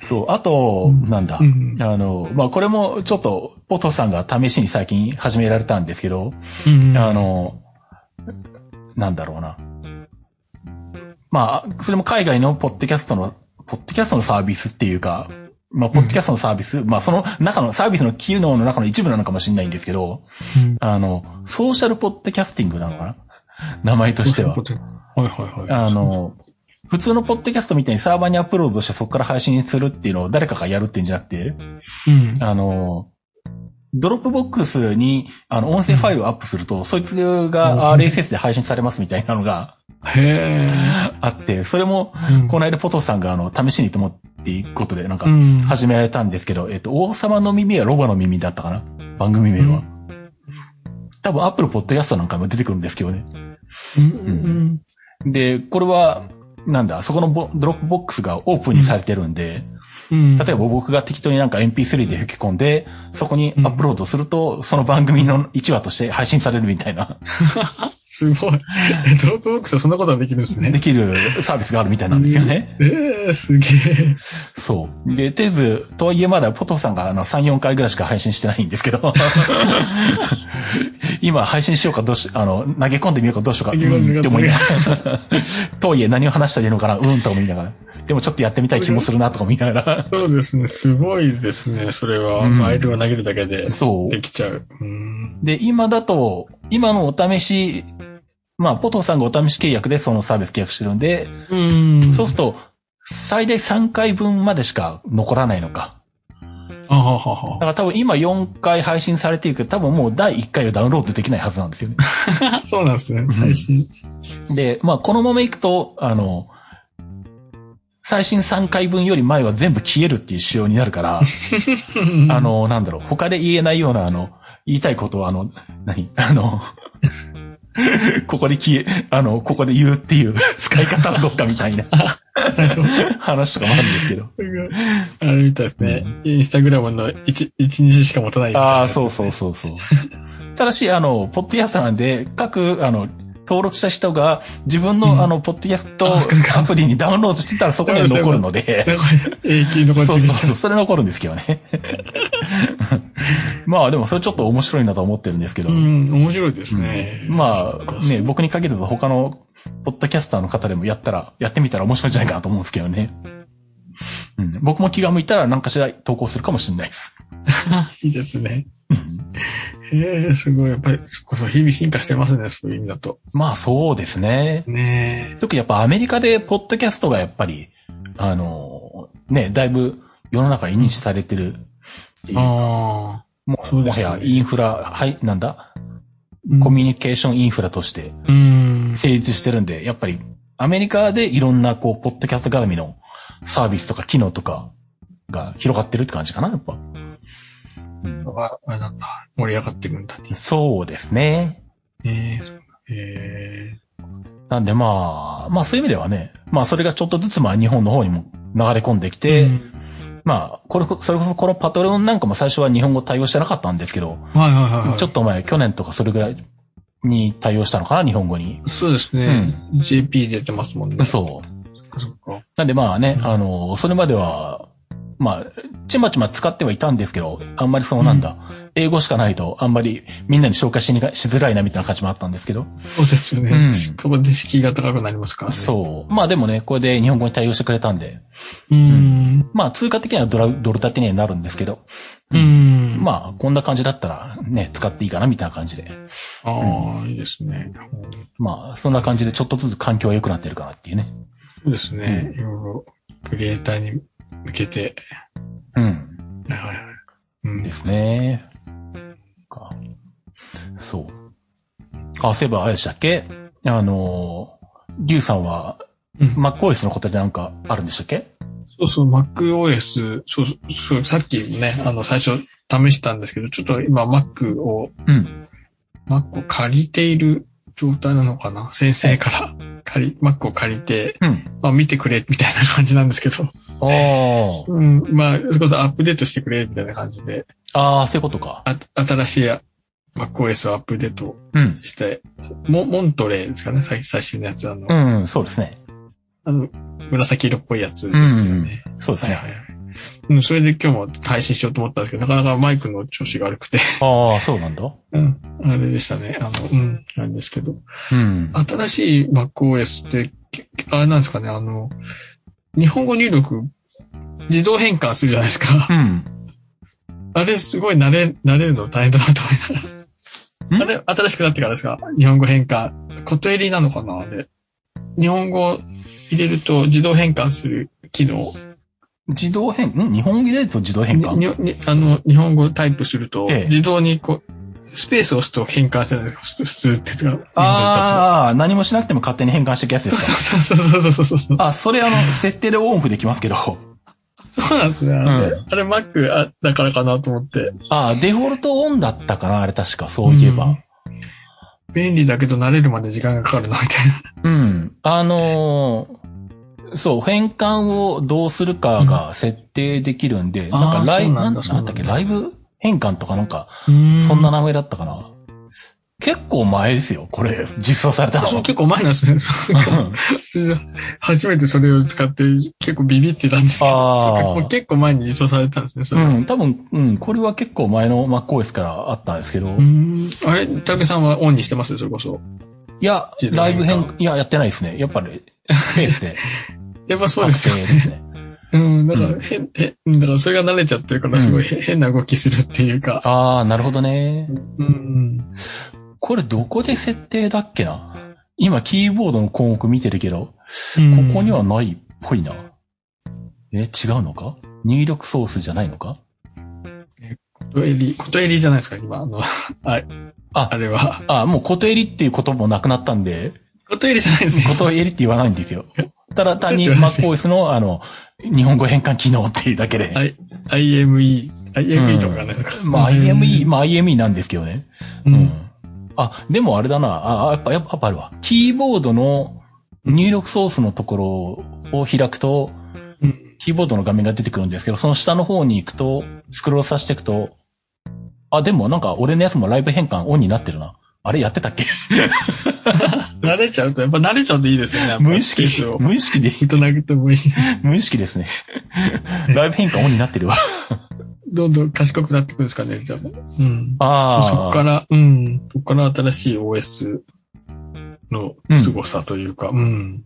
そう。あと、なんだう。ん。あの、まあ、これもちょっと、ポトさんが試しに最近始められたんですけど、うんあ、の、なんだろうな。まあ、それも海外のポッドキャストの、ポッドキャストのサービスっていうか、まあ、ポッドキャストのサービス、まあ、その中の、サービスの機能の中の一部なのかもしれないんですけど、うんあの、ソーシャルポッドキャスティングなのかな名前としてはは。いはいはい。あ、の、普通のポッドキャストみたいにサーバーにアップロードしてそこから配信するっていうのを誰かがやるってんじゃなくて、うん。あの、ドロップボックスに、あの、音声ファイルをアップすると、そいつがうん RSS で配信されますみたいなのがへあって、それも、え。うんこの間ポトフさんが、あの、試しにと思っていうことで、なんかう、ん。始められたんですけど、えっと、王様の耳はロバの耳だったかな番組名うはん。多分、アップルポッドキャストなんかも出てくるんですけどね。うんうんで、これは、なんだ、そこのボドロップボックスがオープンにされてるんで、うん。例えば僕が適当になんか MP3 で吹き込んで、そこにアップロードすると、その番組の1話として配信されるみたいな、すごい。えドロップボックスはそんなことができるんですねで。きるサービスがあるみたいなんですよね。えー、すげえ。そう。で、とりあえず、とはいえまだポトフさんがあの3、4回ぐらいしか配信してないんですけ ど、今配信しようかどうし、あの、投げ込んでみようかどうしようか、投げ込んうん、っでみようてか思いながら、とはいえ何を話したらいいのかな、うんと思いながら。でもちょっとやってみたい気もするなとか思いなが ら。そうですね。すごいですね。それは。うんファイルを投げるだけでそう。できちゃう。うん。で、今だと、今のお試し、まあ、ポトフさんがお試し契約でそのサービス契約してるんで、うんそうすると、最大3回分までしか残らないのか。あははだはから多分今4回配信されていくけど、多分もう第1回をダウンロードできないはずなんですよね。は。そうなんですね。最新。で、まあ、このままいくと、あの、最新3回分より前は全部消えるっていう仕様になるから、 あ、の、なんだろう、他で言えないような、あの、言いたいことを、あの、何 あの、ここで消え、あの、ここで言うっていう 使い方はどうかみたい な話とかもあるんですけ ど。すごいあれみたいですね。インスタグラムの1、一日しか持たないみたいなあやあ、つそうそうそうそう。ただし、あの、ポッドキャストなんで、各、あの、登録した人が自分の、うんあの、ポッドキャストあそっかアプリにダウンロードしてたらそこには残るので。 なんか永久に残ってそうるそうそう、それ残るんですけどね。 まあでもそれちょっと面白いなとは思ってるんですけど。うん、面白いですね。まそっかあ、ね、僕に限ると他のポッドキャスターの方でもやったら、やってみたら面白いんじゃないかなと思うんですけどね。うん、僕も気が向いたら何かしら投稿するかもしれないです。いいですね。ええすごい。やっぱり、そこそ日々進化してますね、そういう意味だと。まあそうですね。ね特にやっぱアメリカでポッドキャストがやっぱり、あの、ね、だいぶ世の中に認知されてるってえ。いう。ああ。もそううでもすはねやインフラ、はい、なんだコミュニケーションインフラとしてうん。成立してるんで、やっぱりアメリカでいろんなこう、ポッドキャスト絡みのサービスとか機能とかが広がってるって感じかな、やっぱ。ああれなんだ。盛り上がってくんだね。そうですね。ええそうなんだえなんでまあ、まあそういう意味ではね、まあそれがちょっとずつまあ日本の方にも流れ込んできえて、うんまあ、これこ、それこそこのパトロンなんかも最初は日本語対応してなかったんですけど、はいはいはいはい。ちょっと前、去年とかそれぐらいに対応したのかな、日本語に。そうですね。JP 出てますもんね。そう。う。そっか。なんでまあね、うんあの、それまでは、まあ、ちまちま使ってはいたんですけど、あんまりそのなんだ、英語しかないと、あんまりみんなに紹介しにかしづらいなみたいな感じもあったんですけど、そうですよね。うんここで敷居が高くなりますからね。そう。まあでもね、これで日本語に対応してくれたんで、う。うん。まあ通貨的にはドラドル建てにはなるんですけど、うん。あ。まあこんな感じだったらね、使っていいかなみたいな感じで、ああ、いいですね。まあそんな感じでちょっとずつ環境は良くなってるかなっていうね。そうですね。いろいろ、クリエイターに向けて。うん。はいはいはい。うんで。すね。かそう。あ、そういえばあれでしたっけあのー、リュウさんは、うんマック OS のことでなんかあるんでしたっけそうそう、MacOS、そうそうそう、さっきね、あの、最初試したんですけど、ちょっと今 Mac を、うん。 Mac を借りている状態なのかな先生から借り、Mac を借りて、うん。まあ見てくれ、みたいな感じなんですけど。あーうん、まあ、それこそアップデートしてくれ、みたいな感じで、あー、そういうことか。あ新しい MacOS をアップデートうん。して、モモントレーですかね、最最新のやつ、あの、うん、そうですね。あの紫色っぽいやつですよね。うんそうですはいね。はいはい。うん、それで今日も配信しようと思ったんですけど、なかなかマイクの調子が悪くて、 ああ、そうなんだ。うん、あれでしたね。あの、うん、あれですけど。うん。新しい MacOS って、けあれなんですかね、あの、日本語入力、自動変換するじゃないですか う。ん。あれすごい慣れ、慣れるの大変だなと思いながら。あれ、新しくなってからですか日本語変換。ことえりなのかなあれ。日本語入れると自動変換する機能。自動変、ん日本語入れると自動変換ににあの、日本語タイプすると、ええ自動にこう、スペースを押すと変換するんですか普通普通って使う。ああ、何もしなくても勝手に変換していくやつ Windows ですかだとそうそうそうそうそうそう。あ、それあの、設定でオンオフできますけど。そうなんですね。あれ、うあれ Mac あだからかなと思って。あデフォルトオンだったかなあれ確か、そういえば。便利だけど慣れるまで時間がかかるな、みたいな。うん。あのーそう、変換をどうするかが設定できるんで、んなんかライブ、あーそうななんんだだったっけ、そうなライブ変換とかなんか、そそんな名前だったかな。結構前ですよ、これ、実装されたのそうは。結構前なん ですね。そううん初めてそれを使って結構ビビってたんですけど、あーそうかもう結構前に実装されてたんですね、それ。うん、多分、うん、これは結構前の MacOS からあったんですけど、ういんあれ、田辺さんはオンにしてますそれこそ。や、自動ライ変換ブ変、いや、やってないですね。やっぱ り、スペースで。やっぱそうですよ確定ね。ね。 うん、だかうら、変、変、だからそれが慣れちゃってるから、すごいへ変な動きするっていうか。ああ、なるほどね。うん。これどこで設定だっけな今、キーボードの項目見てるけど、うんここにはないっぽいな。え、違うのか入力ソースじゃないのかことえり、ことえりじゃないですか、今、あの、あああれは。あ、もう、ことえりっていうこともなくなったん で、ことえりじゃないですね。ことえりって言わないんですよ。ただ単にだって私 MacOS の、あの、日本語変換機能っていうだけで。 I、IME、IME とかね、とか。まあ、うん IME、、まあ、IME なんですけどね。う。うんん。あ、でもあれだな。あ、やっぱ、やっぱやっぱあるわ。キーボードの入力ソースのところを開くと、うんキーボードの画面が出てくるんですけど、その下の方に行くと、スクロールさせていくと、あ、でもなんか俺のやつもライブ変換オンになってるな。あれやってたっけ慣れちゃうと、やっぱ慣れちゃうといいですよね。やっぱ無意識スペースを。無意識で、打たなくてもいい。無意識です ね。ライブ変換オンになってるわ。どんどん賢くなってくるんですかね、じゃあ。うん。ああ。そこから、うん。そこから新しい OS の凄さというか、うん。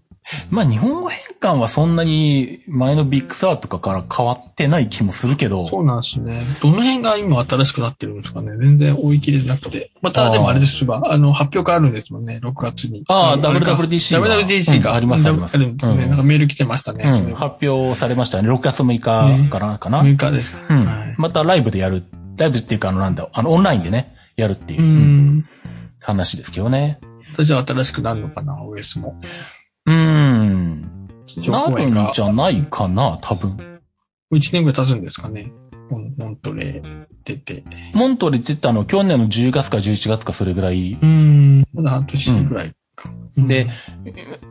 まあ日本語変換はそんなに前のビッグサーとかから変わってない気もするけど。そうなんですね。どの辺が今新しくなってるんですかね全然追い切れてなくて。また、でもあれですわ。あの、発表会あるんですもんね。6月に。ああのれか WWDC が WWDC うが。んありますありますあるんですうね。んなんかメール来てましたね。うん、発表されましたね。6月6日からかな。メーカーですか。うんはいまたライブでやる。ライブっていうか、あの、なんだ、あの、オンラインでね、やるっていうう、うんん。話ですけどね。私は新しくなるのかな ?OS も。うん。情な報る園んが。じゃないかな、多分。 1年ぐらい経つんですかね。モンモントレー出て。モントリ出たの、去年の10月か11月か、それぐらい。うん。まだ半年ぐらいか。うんで、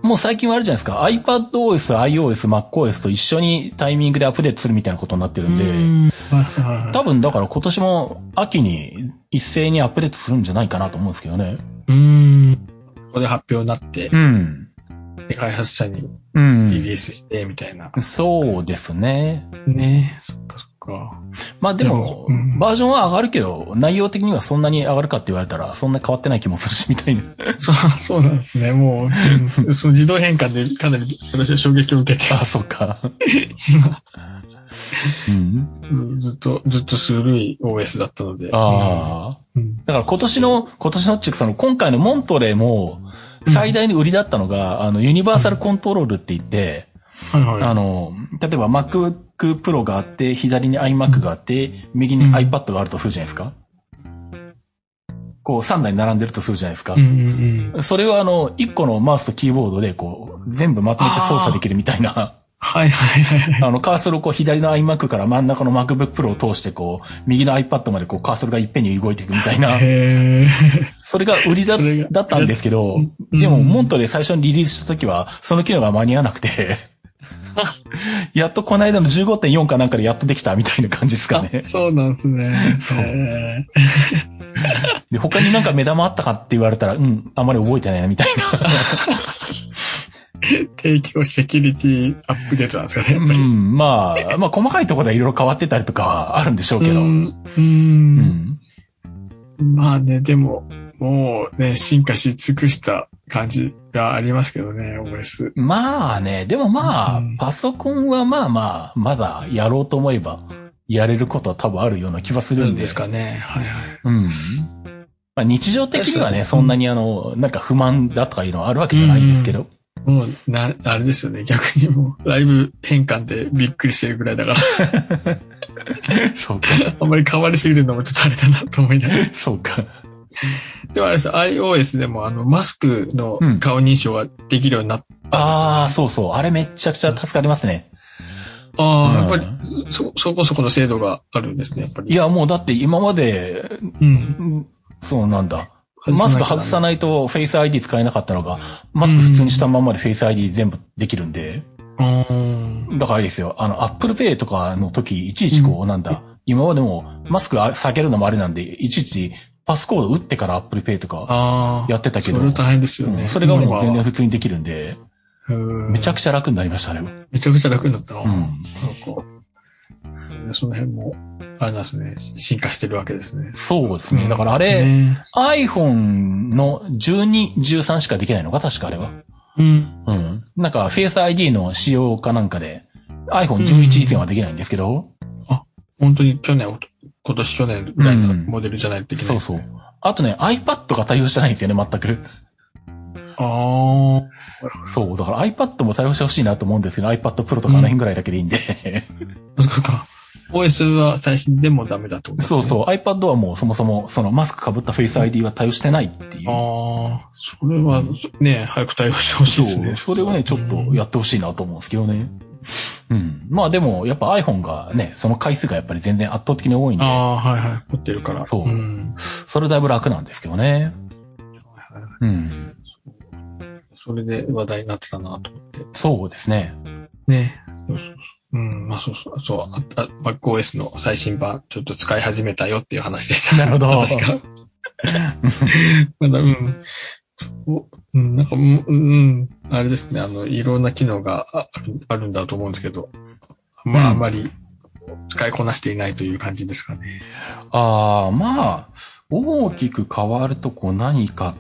もう最近はあるじゃないですか。iPadOS、iOS、MacOS と一緒にタイミングでアップデートするみたいなことになってるんで、うんはいはいはい多分だから今年も秋に一斉にアップデートするんじゃないかなと思うんですけどね。うん。ここで発表になって、ん。で開発者にうリん。リースして、みたいな。そうですね。ねそっかそっか。まあでも、でもうんバージョンは上がるけど、内容的にはそんなに上がるかって言われたら、そんな変わってない気もするし、みたいな。 そう、そうなんですね。もう、うんその自動変換でかなり私は衝撃を受けて、あ、そっか。うん。うんずっと、ずっとするい OS だったので。ああ。うん。だから今年の、今年のっていうかその、今回のモントレーも、最大の売りだったのが、あの、ユニバーサルコントロールって言って、はいはい。あの、例えば MacBook Pro があって、左に iMac があって、右に iPad があるとするじゃないですか。こう、3台並んでるとするじゃないですかうん。うんうん。それをあの、1個のマウスとキーボードで、こう、全部まとめて操作できるみたいな、はいはいはいはい。あの、カーソルをこう、左の iMac から真ん中の MacBook Pro を通して、こう、右の iPad までこう、カーソルがいっぺんに動いていくみたい な、 へーそれが売りだそれがだったんですけどうん、でも、モントで最初にリリースした時は、その機能が間に合わなくて、 やっとこの間の15.4かなんかでやっとできたみたいな感じですかねあ。そうなんですね。そうへで、他になんか目玉あったかって言われたら、うん、あまり覚えてないなみたいな。ー提供セキュリティアップデートなんですかね、やっうぱり。ん、まあ、まあ、細かいところでいろいろ変わってたりとかはあるんでしょうけど。ううんうんん。まあね、でも、もうね、進化し尽くした感じがありますけどね、OS。まあね、でもまあ、うんパソコンはまあまあ、まだやろうと思えば、やれることは多分あるような気はするんで。ですかね。はいはい。うん。まあ日常的にはね、確かにそんなにあの、なんか不満だとかいうのはあるわけじゃないんですけど。もう、な、あれですよね。逆にもう、ライブ変換でびっくりしてるぐらいだ から、そうか。あんまり変わりすぎるのもちょっとあれだなと思いながら。そうか。でもあれですよ iOS でもあの、マスクの顔認証ができるようになったんですよ。ああ、そうそう。あれめちゃくちゃ助かりますね。ああ、うんやっぱり、そ、そこそこの精度があるんですね、やっぱり。い、や、もうだって今まで、うん。そうなんだ。マスク外さない。ないとフェイス ID 使えなかったのが、マスク普通にしたまんまでフェイス ID 全部できるんで、うーん。だからいいですよ。あの、Apple Pay とかの時、いちいちこう、なんだ、今までもマスクあ下げるのもあれなんで、いちいちパスコード打ってから Apple Pay とかああ。やってたけど、それは大変ですよね。うんそれがもう全然今普通にできるんで、は、めちゃくちくちゃ楽になりましたね。ゃ、めちゃくちゃ楽になったな。うなんか、ん。その辺も、あれなんですね、進化してるわけですね。そうですね。だからあれ、ね iPhone の12、13しかできないのか確かあれは。うん。うん。なんか、フェイス ID の仕様かなんかで、うん iPhone11 以前はできないんですけど、本当に去年、おと今年去年ぐらいのモデルじゃないといけない。そうそう。あとね、iPad が対応してないんですよね、全く。ああ。そう。だから iPad も対応してほしいなと思うんですけど、iPad Pro とかあの辺ぐらいだけでいいんで。そうか。OS は最新でもダメだってこと そうそう。iPad はもうそもそも、そのマスク被ったフェイス ID は対応してないっていう。ああ、それはね、早く対応してほしいですそね。う。それをね、ちょっとやってほしいなと思うんですけどね。うん。まあでも、やっぱ iPhone がね、その回数がやっぱり全然圧倒的に多いんであ、あ、はいはい。持ってるから。そうんそれだいぶ楽なんですけどね。うん。それで話題になってたなと思って。そうですね。ね。そうそうそううん、まあそうそう。そう、ああ MacOS の最新版、ちょっと使い始めたよっていう話でした。 なるほど確か。まだ、うん。そう、うん、なんか、うん、うん、あれですね、あの、いろんな機能がああるあるんだと思うんですけど、まあ、うあんまり使いこなしていないという感じですかね。ああ、まあ、大きく変わるとこ何か、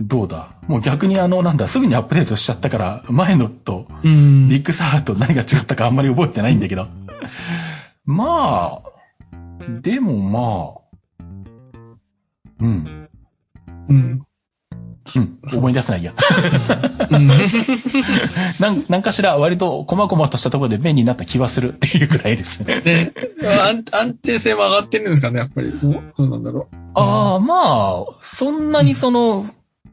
どうだもう逆にあの、なんだ、すぐにアップデートしちゃったから、前のと、うんビッグサーと何が違ったかあんまり覚えてないんだけど。まあ、でもまあ、うん、 うん。うん、思い出せないや。 うん。なん、なんかしら割と細々としたところで便利になった気はするっていうくらいですね。ね、安安定性は上がってるんですかね、やっぱり。どうどうなんだろう。ああ、まあ、そんなにその、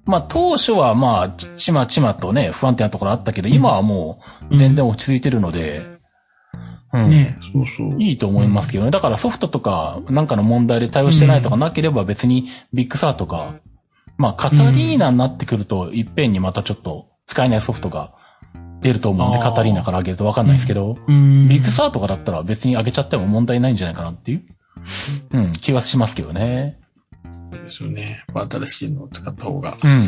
まあ当初はまあ、ちちまちまとね、不安定なところあったけど、今はもう全然落ち着いてるので、うんね、そうそう。いいと思いますけどね。だからソフトとかなんかの問題で対応してないとかなければ別にビッグサーとか、まあカタリーナになってくると、いっぺんにまたちょっと使えないソフトが出ると思うんで、あーカタリーナから上げるとわかんないですけど、うんビッグサーとかだったら別に上げちゃっても問題ないんじゃないかなっていう、うん、気はしますけどね。ですよね。まあ新しいのを使った方がうん。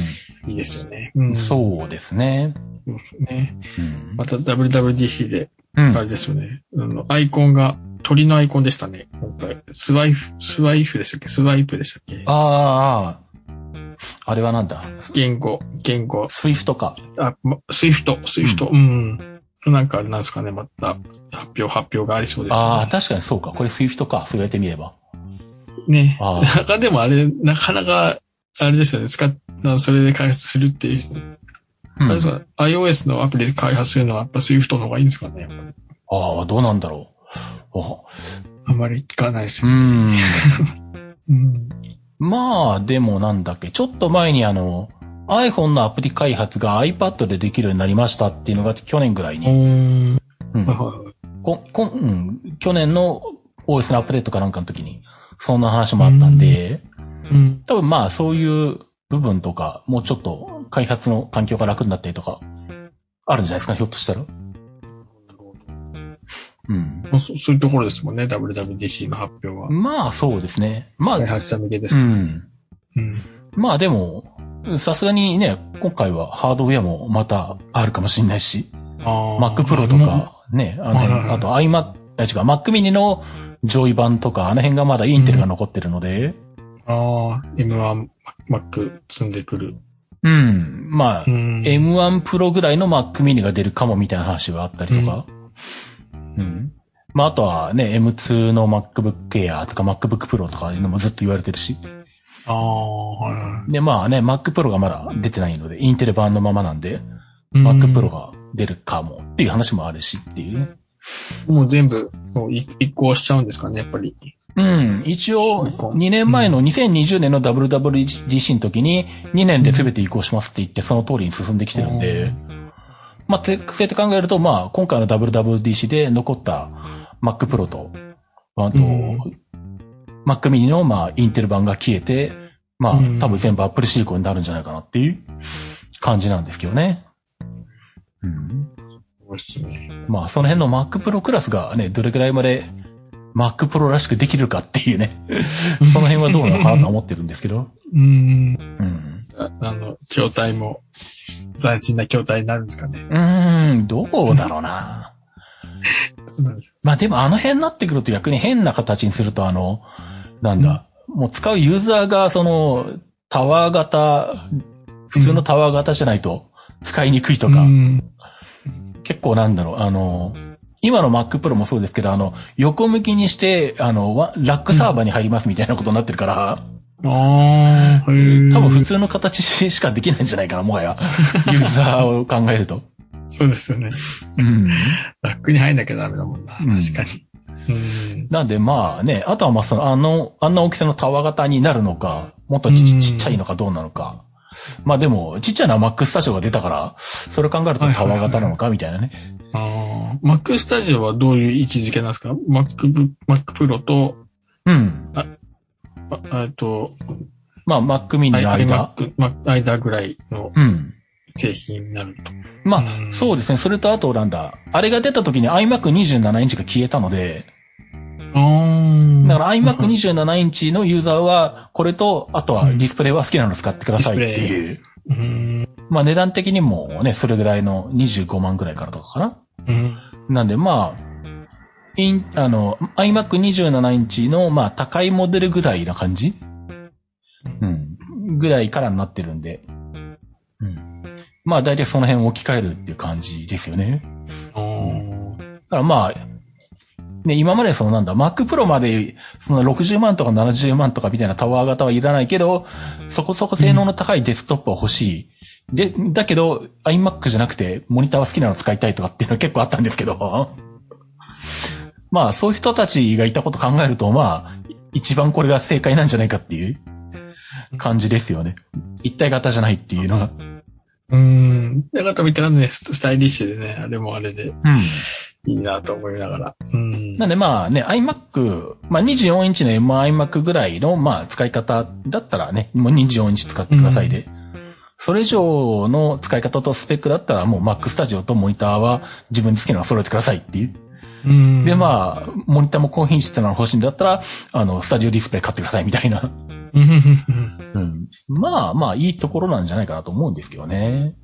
いいですよね。うんそうそうですね。ですね。うんまた WWDC で、うあれん。ですよね。あの、アイコンが、鳥のアイコンでしたね。今回。スワイフ、スワイフでしたっけスワイプでしたっけああ、あれはなんだ言語、言語。スイフトか。あ、まスイフト、スイフト。うん。なんかあれなんですかね、また、発表、発表がありそうですああ、よ確かにそうか。これスイフトか。そうやってみれば。ね。ね。ああ。なかでもあれ、なかなか、あれですよね。使っ、なそれで開発するっていう。うんあれですか iOS のアプリで開発するのは、やっぱ Swift の方がいいんですかねやっぱりああ、どうなんだろう。ああんまり聞かないですうよ。ん。 うん。まあ、でもなんだっけ。ちょっと前にあの、iPhone のアプリ開発が iPad でできるようになりましたっていうのが去年ぐらいに。ん。うんはいはここんうん去年の OS のアップデートかなんかの時に、そんな話もあったんで、い。うん。多分まあそういう部分とか、もうちょっと開発の環境が楽になったりとか、あるんじゃないですか、ひょっとしたら。うん。まあそそういうところですもんね。WWDC の発表は。まあそうですね。ま開あ、発者向けでうす。ん。うん。まあでも、さすがにね、今回はハードウェアもまたあるかもしれないし、あー Mac Pro と。か、ね、あの辺はいはいはいあと iMac、あ違う、Mac mini の上位版とか、あの辺がまだインテルが残ってるので、ああ、M1、Mac 積んでくる。うん、まあ、うん。 M1 Pro ぐらいの Mac mini が出るかもみたいな話があったりとか、うん。まああとはね、M2 の MacBook Air とか MacBook Pro とかいうのもずっと言われてるし、ああ、はいはで、まあね、Mac Pro がまだ出てないので、インテル版のままなんで、い。 Mac Pro が出るかもっていう話もあるしっていうね。もう全部、こうい移行しちゃうんですかね、やっぱり。うん。一応、そうか2年前の2020年の WWDC の時に、2年で全て移行しますって言って、その通りに進んできてるんうで、まあ、て、そうやって考えると、まあ、今回の WWDC で残った Mac Pro と、あと、うん Mac mini の、まあ、インテル版が消えて、まあうん、多分全部 Apple Silicon になるんじゃないかなっていう感じなんですけどね。うん。そうですね。まあ、その辺の Mac Pro クラスがね、どれくらいまで Mac Pro らしくできるかって いうね、その辺はどうなのかなと思ってるんですけど。うん。うん。ああの、筐体も、斬新な筐体になるんですかね。うーん、どうだろうな。なんですまあでもあの辺になってくると逆に変な形にするとあの、なんだ、もう使うユーザーがその、タワー型、普通のタワー型じゃないと使いにくいととか、うん。結構なんだろう、あの、今の Mac Pro もそうですけど、あの、横向きにして、あの、ワラックサーバーに入りますみたいなことになってるから、ああ、へえ。多分普通の形しかできないんじゃないかな、もは や。ユーザーを考えると。そうですよね。うん。楽に入んなきゃダメだもんな。うん確かに。うん。なんでまあね、あとはまあその、あの、あんな大きさのタワー型になるのか、もっとちうんちっちゃいのかどうなのか。まあでも、ちっちゃいのは Mac スタジオが出たから、それ考えるとタワー型なのかみたいなね。ああ、Mac Studio はどういう位置づけなんですか ?Mac、Mac Pro と、うん。ああえっと、まあ Mac mini の間。 iMac、Mac 間ぐらいのうん。製品になると。まあう、んそうですね。それとあとなんだ。あれが出た時に iMac27 インチが消えたので、ああ。だから iMac27 インチのユーザーは、これと、あとはディスプレイは好きなの使ってくださいっていう。うん。まあ値段的にもね、それぐらいの25万ぐらいからとかかな。うん。なんでまあ、イン、あの、iMac27 インチの、まあ、高いモデルぐらいな感じうん。ぐらいからになってるんで。うん。まあ、大体その辺を置き換えるっていう感じですよね。あーだからまあ、ね、今までそのなんだ、Mac Pro まで、その60万とか70万とかみたいなタワー型はいらないけど、そこそこ性能の高いデスクトップは欲しい。で、だけど、iMac じゃなくて、モニターは好きなの使いたいとかっていうのは結構あったんですけど、まあ、そういう人たちがいたこと考えると、まあ、一番これが正解なんじゃないかっていう感じですよね。一体型じゃないっていうのが。うん。だからと見たらね、ススタイリッシュでね、あれもあれでうん。いいなと思いながら。うん。なんでまあね、iMac、まあ24インチの MIMac ぐらいのまあ使い方だったらね、もう24インチ使ってくださいで。それ以上の使い方とスペックだったらもう Mac Studio とモニターは自分に好きなのを揃えてくださいっていう。うん。でまあ、モニターも高品質なの欲しいんだったら、あの、スタジオディスプレイ買ってくださいみたいな。うんうんうんうん。まあまあいいところなんじゃないかなと思うんですけどね。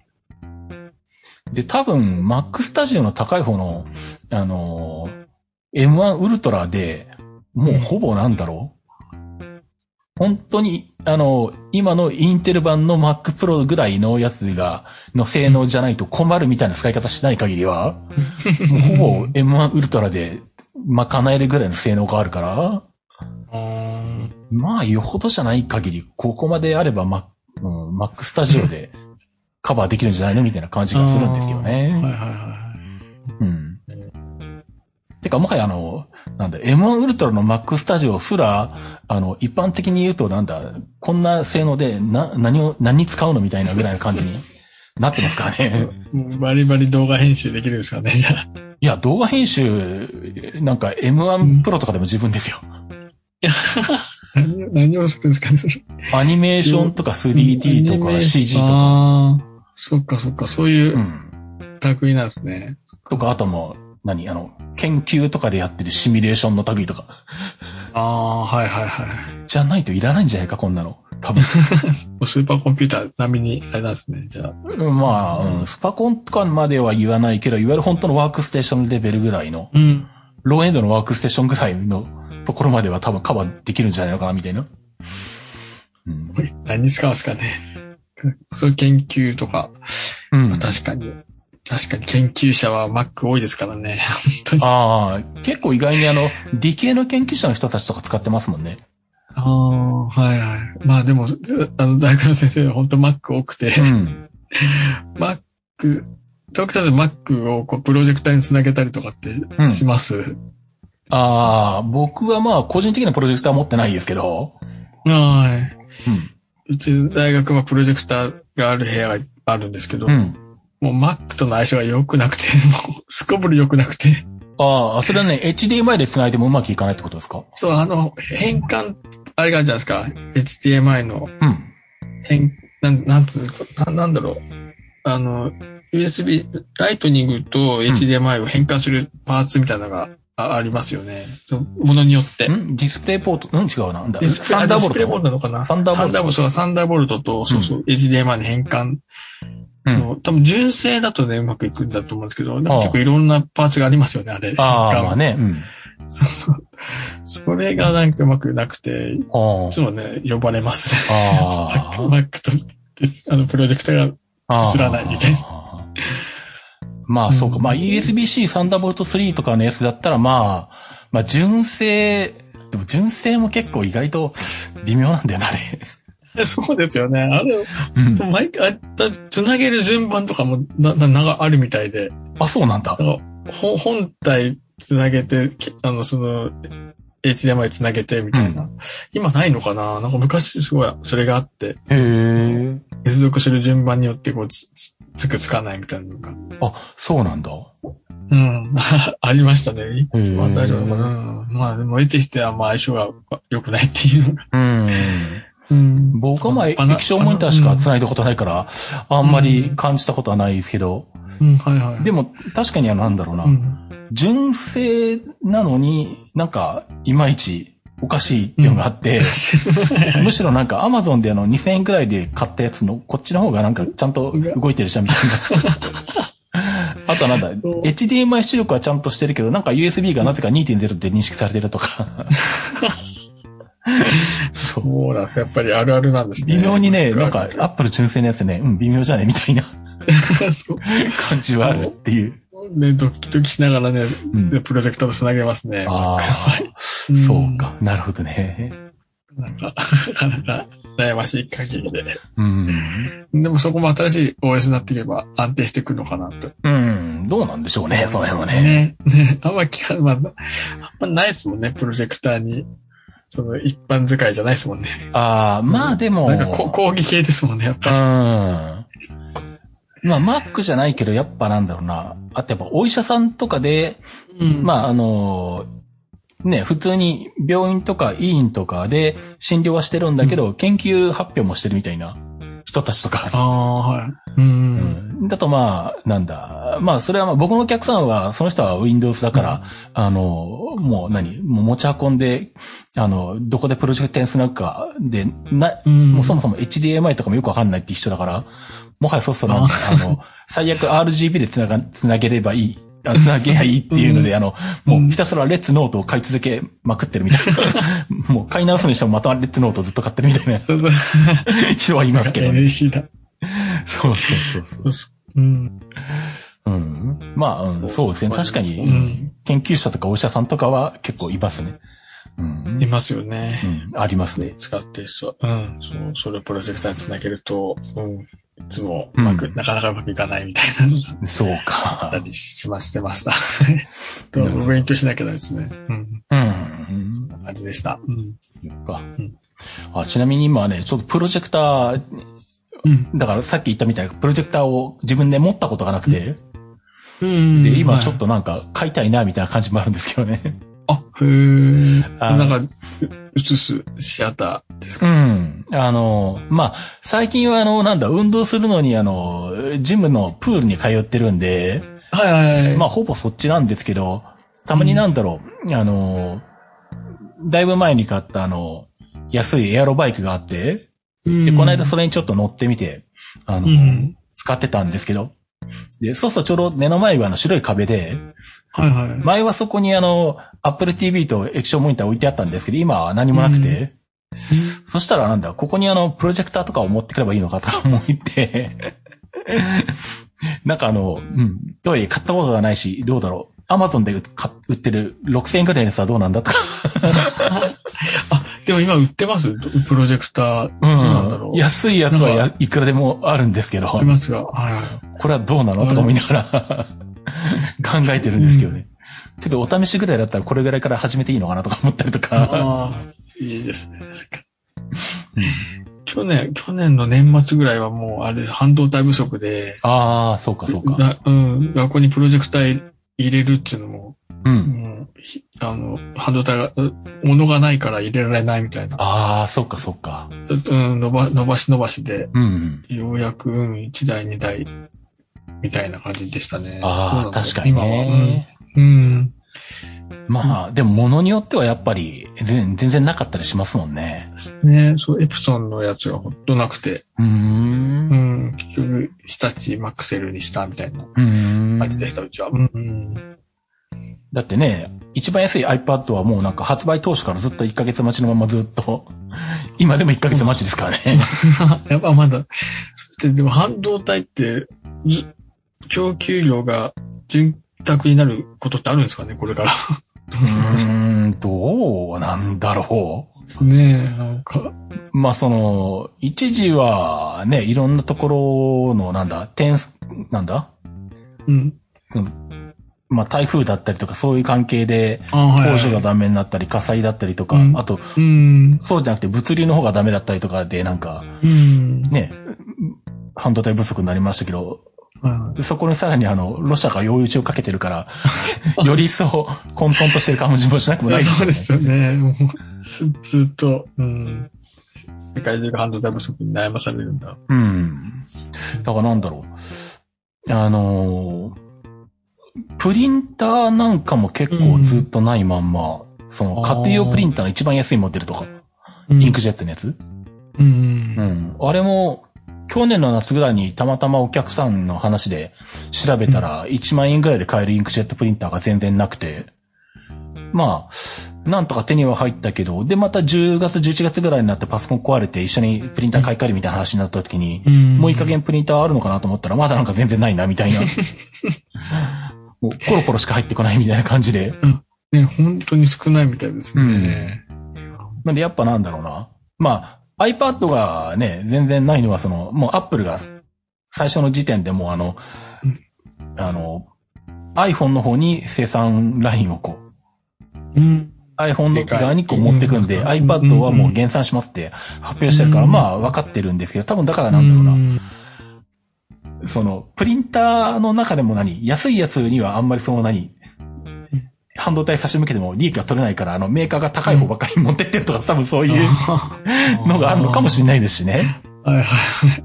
で、多分 Mac Studio の高い方の、あのー M1 ウルトラで、もうほぼなんだろう、本当に、あのー今のインテル版の Mac Pro ぐらいのやつが、の性能じゃないと困るみたいな使い方しない限りは、もうほぼ M1 ウルトラで賄えるぐらいの性能があるから、あーまあ、よほどじゃない限り、ここまであれば、ま、うん、Mac Studio でカバーできるんじゃないのみたいな感じがするんですよはいはいね。はうん。てか、もはやあの、なんだ、M1 Ultra の Mac Studio すら、あの、一般的に言うと、なんだ、こんな性能で、な、何を、何に使うのみたいなぐらいの感じになってますからね。い。もうバリバリ動画編集できるんですかね、じゃあ。いや、動画編集、なんか M1 Pro とかでも十分ですよ。何を何をするんですかね、それ。アニメーションとか 3D とか CG とか。。ああ、そっかそっか、そういううん類なんですね。とか、あともう、何あの、研究とかでやってるシミュレーションの類とか。ああ、はいはいはい。じゃないといらないんじゃないか、こんなの。多分。 もうスーパーコンピューター並みに、あれなんですね、じゃあ。うんまあ、うん、スパコンとかまでは言わないけど、いわゆる本当のワークステーションレベルぐらいの、うん。ローエンドのワークステーションぐらいのところまでは多分カバーできるんじゃないのかな、みたいな。うん。何に使うんですかね。そういう研究とか、うん確かに。確かに研究者は Mac 多いですからね。 本当に。あああ、結構意外にあの、理系の研究者の人たちとか使ってますもんね。あー、はいはい。まあでも、あの、大学の先生は本当 Mac 多くて、ん。 Mac、遠くたで Mac をこうプロジェクターにつなげたりとかってします。ああ、僕はまあ、個人的なプロジェクターは持ってないですけど、はうん。い。うち大学はプロジェクターがある部屋があるんですけど、うん。もう Mac との相性が良くなくて、 もうすこぶり良くなくて。ああ、それはね、HDMI で繋いでもうまくいかないってことですかそう、あの、変換、あれがあるじゃないですか。HDMI のうん。変、なん、なんつうのな、なんだろう。あの、USB、ライトニングと HDMI を変換するパーツみたいなのがあありますよね。そのものによって。んディスプレイポート、うん違うな。なんだディスプレイサンダーボあディスプレイボルルトなのかなサンダーボルトそうサンダーボルトと、そうそう、HDMI に変換ト。うん。の、多分純正だとね、うまくいくんだと思うんですけど、なんか結構いろんなパーツがありますよね、あれ。あ変あ、換まあね。うん。そうそう。それがなんかうまくなくて、いあつもね、呼ばれますね。あー Mac Mac と、あの、プロジェクターが、あ知らないみたいなな。 まあ、そうか。まあ、USB-C サンダーボルト3とかのやつだったら、まあ、まあ、純正、でも純正も結構意外と微妙なんだよな、あれ。そうですよね。あれ、うん。毎回、つなげる順番とかも、な、な、なんかあるみたいで、あ、そうなんだあ。の、ほ本体つなげて、きあの、その、HDMI つなげてみたいな。今ないのかななんか昔すごい、それがあって、へえ。接続する順番によって、こう、つ、つつくつかないみたいなのが。あ、そうなんだ。へうん。 ありましたね。え。まあ大丈夫かな。まあでも、得てしてはまあ相性が良くないっていうのが。うん。うん。僕はまあ、液バナ晶モニターしか繋いだことないから、あんまり感じたことはないですけど、うん、はいはい。でも、も確かにはなんだろうな、 うん。純正なのになんか、いまいちおかしいっていうのがあって、むしろなんか Amazon であの2000円くらいで買ったやつの、こっちの方がなんかちゃんと動いてるじゃんみたいな。 あとはなんだ、そう HDMI 出力はちゃんとしてるけど、なんか USB がなぜか2.0って認識されてると か。そう。そうなんです。やっぱりあるあるなんですね。微妙にね、なんかあ、るアップル純正のやつね、うん、微妙じゃねみたいなある そう。感じはあるっていう。ね、ドキドキしながらね、うんプロジェクターと繋げますね。ああ、 うんそう。か。なるほどね。なんか、 なんか、悩ましい限りで。うん。でもそこも新しい OS になっていけば安定してくるのかなと。うん。どうなんでしょうね、その辺はね。ね。ね。あんま聞かまあ、あんまないですもんね、プロジェクターに。その一般使いじゃないですもんね。ああ、まあでも、なんかこ講義系ですもんね、やっうん。ぱまあ、Mac じゃないけど、やっぱなんだろうな。あとやっぱお医者さんとかで、り。うんあ、まあ、あのーね、普通に病院とか医院とかで診療はしてるんだけど、研究発表もしてるみたいな人たちとか。ああ、はい。うん。だとまあ、なんだ。まあ、それはまあ僕のお客さんは、その人は Windows だから、あの、もう何もう持ち運んで、あの、どこでプロジェクターに繋ぐか、で、な、うん。もうそもそも HDMI とかもよくわかんないっていう人だから、もはやそうするとなんか、あの、最悪 RGB で繋が、繋げればいい。あ繋げりゃいいっていうので、あの、もうひたすらレッツノートを買い続けまくってるみたい な。もう買い直すにしてもまたレッツノートをずっと買ってるみたいなそうそう。人はい ますけ どね。 NEC だ。そうそうそうそう。うん。うん。まあ、うん、そうですね。確かうに、ん。研究者とかお医者さんとかは結構いますね。うん。いますよねう。ん、ありますね。使ってる人、うん、そう、それをプロジェクターにつなげると、うん、いつもううんまく、なかなかうまくいかないみたいなのがそうあったか。りしましてました。なるほど勉強 しなきゃダメですね。うん、うん。そんな感じでした。うん。そうかうんあちなみに今ね、ちょっとプロジェクター、うん。だからさっき言ったみたいな、プロジェクターを自分で持ったことがなくて、うんで、今ちょっと。となんか買いたいな、みたいな感じもあるんですけどね。あ、へえ。あなんか、映すシアターですうかん。あの、まあ、最近はあの、なんだ、運動するのにあの、ジムのプールに通ってるんで、はいはいはい。まあ、ほぼそっちなんですけど、たまになんだろう、あの、だいぶ前に買ったあの、安いエアロバイクがあって、うんで、この間、それにちょっと乗ってみて、あうの、ん。使ってたんですけど、で、そうするとちょうど目の前はあの白い壁で、はいはい。前はそこにあの、Apple TV と液晶モニター置いてあったんですけど、今は何もなくて、そしたらなんだ、ここにあの、プロジェクターとかを持ってくればいいのかと思って、 なんかあの、うん、とはいえ買ったことがないし、どうだろう。Amazon で売っ買っ売ってる6000円ぐらいのやつはどうなんだとか。あ、でも今売ってますプロジェクター。どうなんだろうん。う。安いやつはなやいくらでもあるんですけど、ありますが、はいはい。これはどうなのとか見ながら考えてるんですけどね。ちょっとお試しぐらいだったらこれぐらいから始めていいのかなとか思ったりとか。ああ、いいですね。去年、去年の年末ぐらいはもう、あれです、半導体不足で、ああ、そうかそうか。だうん、学校にプロジェクター入れるっていうのも、うん。もうひあの、半導体が、う物がないから入れられないみたいな、ああ、そうかそうか。ちょっとうん、伸ば伸ばし伸ばしで、うん。ようやく、うん、1台、2台、みたいな感じでしたね。あそあ、うなんです確かにね。今は、うん。うんまあ、でも物によってはやっぱり全全然なかったりしますもんね。ねそう、エプソンのやつがほっとなくて、うー。うんん、結局、日立マクセルにしたみたいなうーん感じでした、うちは。うん。 だってね、一番安い iPad はもうなんか発売当初からずっと1ヶ月待ちのままずっと、 今でも1ヶ月待ちですからね。やっぱまだ、ででも半導体って、じ供給量が潤沢になることってあるんですかね、これから。うーん、どうなんだろう。 ねえ、なんか。まあその、一時はね、いろんなところのなんだ、点、なんだ、うん。まあ台風だったりとかそういう関係で、ああ、はい、工はい場がダメになったり火災だったりとか、うんあと、うん。そうじゃなくて物流の方がダメだったりとかでなんか、うん。ね、半導体不足になりましたけど、はいはいでそこにさらにあの、ロシアが用意中をかけてる から、より一層混沌としてる感じもしなくもないいやそうでよね。すよね。 もう、ずずっと、うん。世界中が半導体不足に悩まされるんだ。うん。だからなんだろう。あのープリンターなんかも結構ずっとないまんま、その家庭用プリンターの一番安いモデルとか、インクジェットのやつ、う。うんん、あれも、去年の夏ぐらいにたまたまお客さんの話で調べたら1万円ぐらいで買えるインクジェットプリンターが全然なくて、まあ、なんとか手には入ったけど、でまた10月、11月ぐらいになってパソコン壊れて一緒にプリンター買い替えるみたいな話になった時に、うんもういい加減プリンターあるのかなと思ったら、まだなんか全然ないな、みたいな。もうコロコロしか入ってこないみたいな感じで。ね、本当に少ないみたいですね。なんでやっぱなんだろうな。まあ、iPad がね、全然ないのはその、もう Apple が最初の時点でもうあのうん、あの、iPhone の方に生産ラインをこう、うん。 iPhone でのかい側にこう持ってくんで、うん iPad はもう減産しますって発表してるから、うんまあ分かってるんですけど、多分だからなんだろうな。な。その、プリンターの中でも何安いやつにはあんまりその何うん半導体差し向けても利益が取れないから、あの、メーカーが高い方ばっかり持ってってるとか、多分そういうのがあるのかもしれないですしね。ない。はいはい。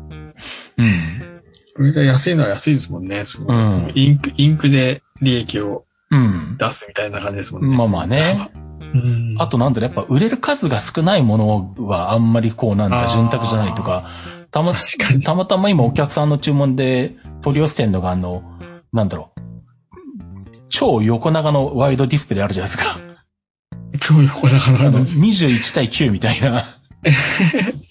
うん。これが安いのは安いですもんね。すごいうんインク、インクで利益をうん。出すみたいな感じですもんね。まあまあね。うんあ、となんだろう、やっぱ売れる数が少ないものはあんまりこうなんあだ、ー潤沢じゃないとか、たま、確かにたまたま今お客さんの注文で取り寄せてんのがあの、なんだろう、超横長のワイドディスプレイあるじゃないですか。超横だかあらの、です。 21対9みたいな。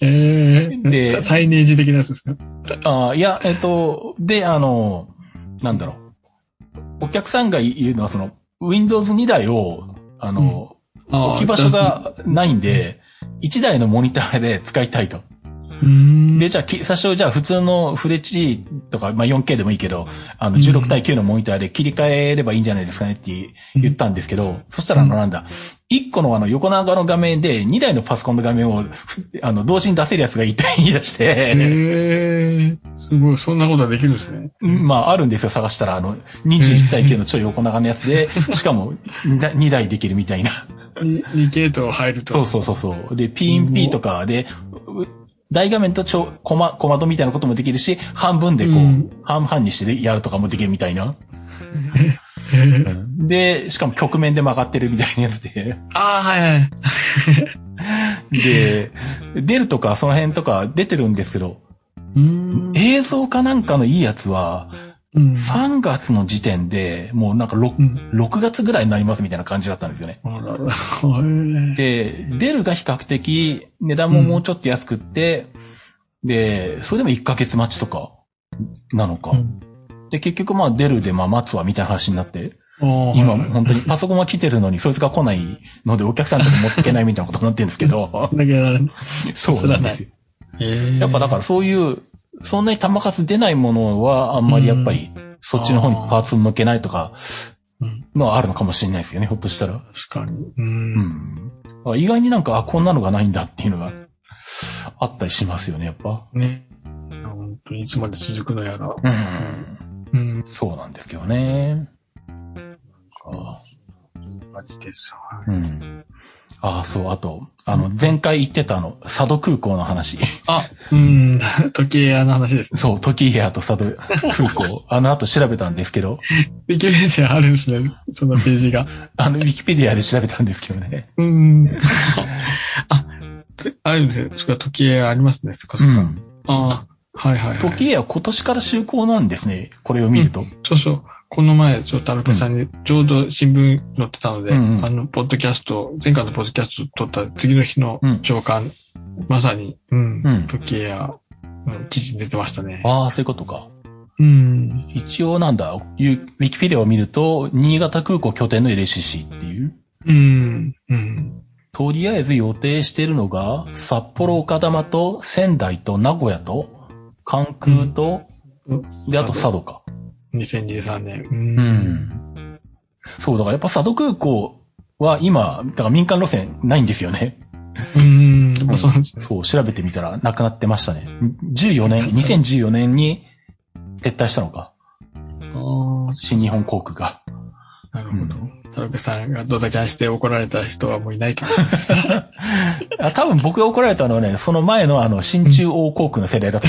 ええ。でさサイネージ的なやつですかああ、いや、えっと、で、あの、なんだろう。お客さんが言うのは、その、Windows2 台を、あの、置き場所、がないんで、1台のモニターで使いたいと。うん。で、じゃあ、き最初、じゃあ普通のフレッチとか、まあ 4K でもいいけど、あの、16対9のモニターで切り替えればいいんじゃないですかねって言ったんですけど、そしたらあの、なんだ、1個のあの、横長の画面で2台のパソコンの画面を、ふあの、同時に出せるやつがいた言い出して、 ええすごい、そんなことはできるんですね。まあ、あるんですよ、探したら。あの、21対9の超横長のやつ で、しかも、2台できるみたいな。に2系統入ると。そうそうそうそう。で、PNP とかで、う大画面と超コマ、コマドみたいなこともできるし、半分でこう、うん半々にしてやるとかもできるみたいな。えーで、しかも曲面で曲がってるみたいなやつで。ああ、はいはい。で、出るとか、その辺とか出てるんですけど、うん。映像かなんかのいいやつは、うん3月の時点で、もうなんか 6,、うん6月ぐらいになりますみたいな感じだったんですよね。あらら、これ。で、出るが比較的値段ももうちょっと安くって、で、それでも1ヶ月待ちとか、なのか。うんで、結局まあ出るでまあ待つわみたいな話になって、今、本当にパソコンは来てるのに、そいつが来ないので、お客さんとか持っていけないみたいなことになってるんですけ ど、だけど、そうなんですよ。えやっぱだからそういう、そんなに弾数出ないものは、あんまりやっぱり、そっちの方にパーツ向けないとかうん、のはあるのかもしれないですよね、ひょっとしたら。確かに。う。うんん。あ意外になんか、あ、こんなのがないんだっていうのが、あったりしますよね、やっぱ。ね。本当にいつまで続くのやら。うん。うん。そうなんですけどね。あマジです。はうん。ああ、そう、あと、あの、前回言ってたあの、佐渡空港の話。 いうん。 時計屋の話ですね。そう、時家と佐渡空港。 あの後調べたんですけど、ウィキペディアあるんですね。そのページが。あの、ウィキペディアで調べたんですけどね。 うん。あ、とあるんですよ。そっか、時計屋ありますね。そっかそっか。うんああ、はいはいはい。時計は今年から就航なんですね。これを見ると。そうそう。この前、ちょっとアルペさんに、ちょうど新聞載ってたので、うんうんあの、ポッドキャスト、前回のポッドキャスト撮った次の日のうん朝刊、まさに、うん、うん時計や、うん、記事に出てましたね。ああ、そういうことか。うん。一応なんだ、ゆウィキペディアを見ると、新潟空港拠点の LCC っていう。うん。うん。とりあえず予定してるのが、札幌岡玉と仙台と名古屋と、関空と、で、あと佐渡か。 2023年。う。うんん。そう、だからやっぱ佐渡空港は今、だから民間路線ないんですよね。うん。まあそうなんですね。そう、調べてみたらなくなってましたね。14年、2014年に撤退したのか。あ新日本航空が。あ、なるほど。タルペさんがドタキャンして怒られた人はもういないかもしれないですね。あ多分僕が怒られたのはね、その前のあの、新中央航空の世代だと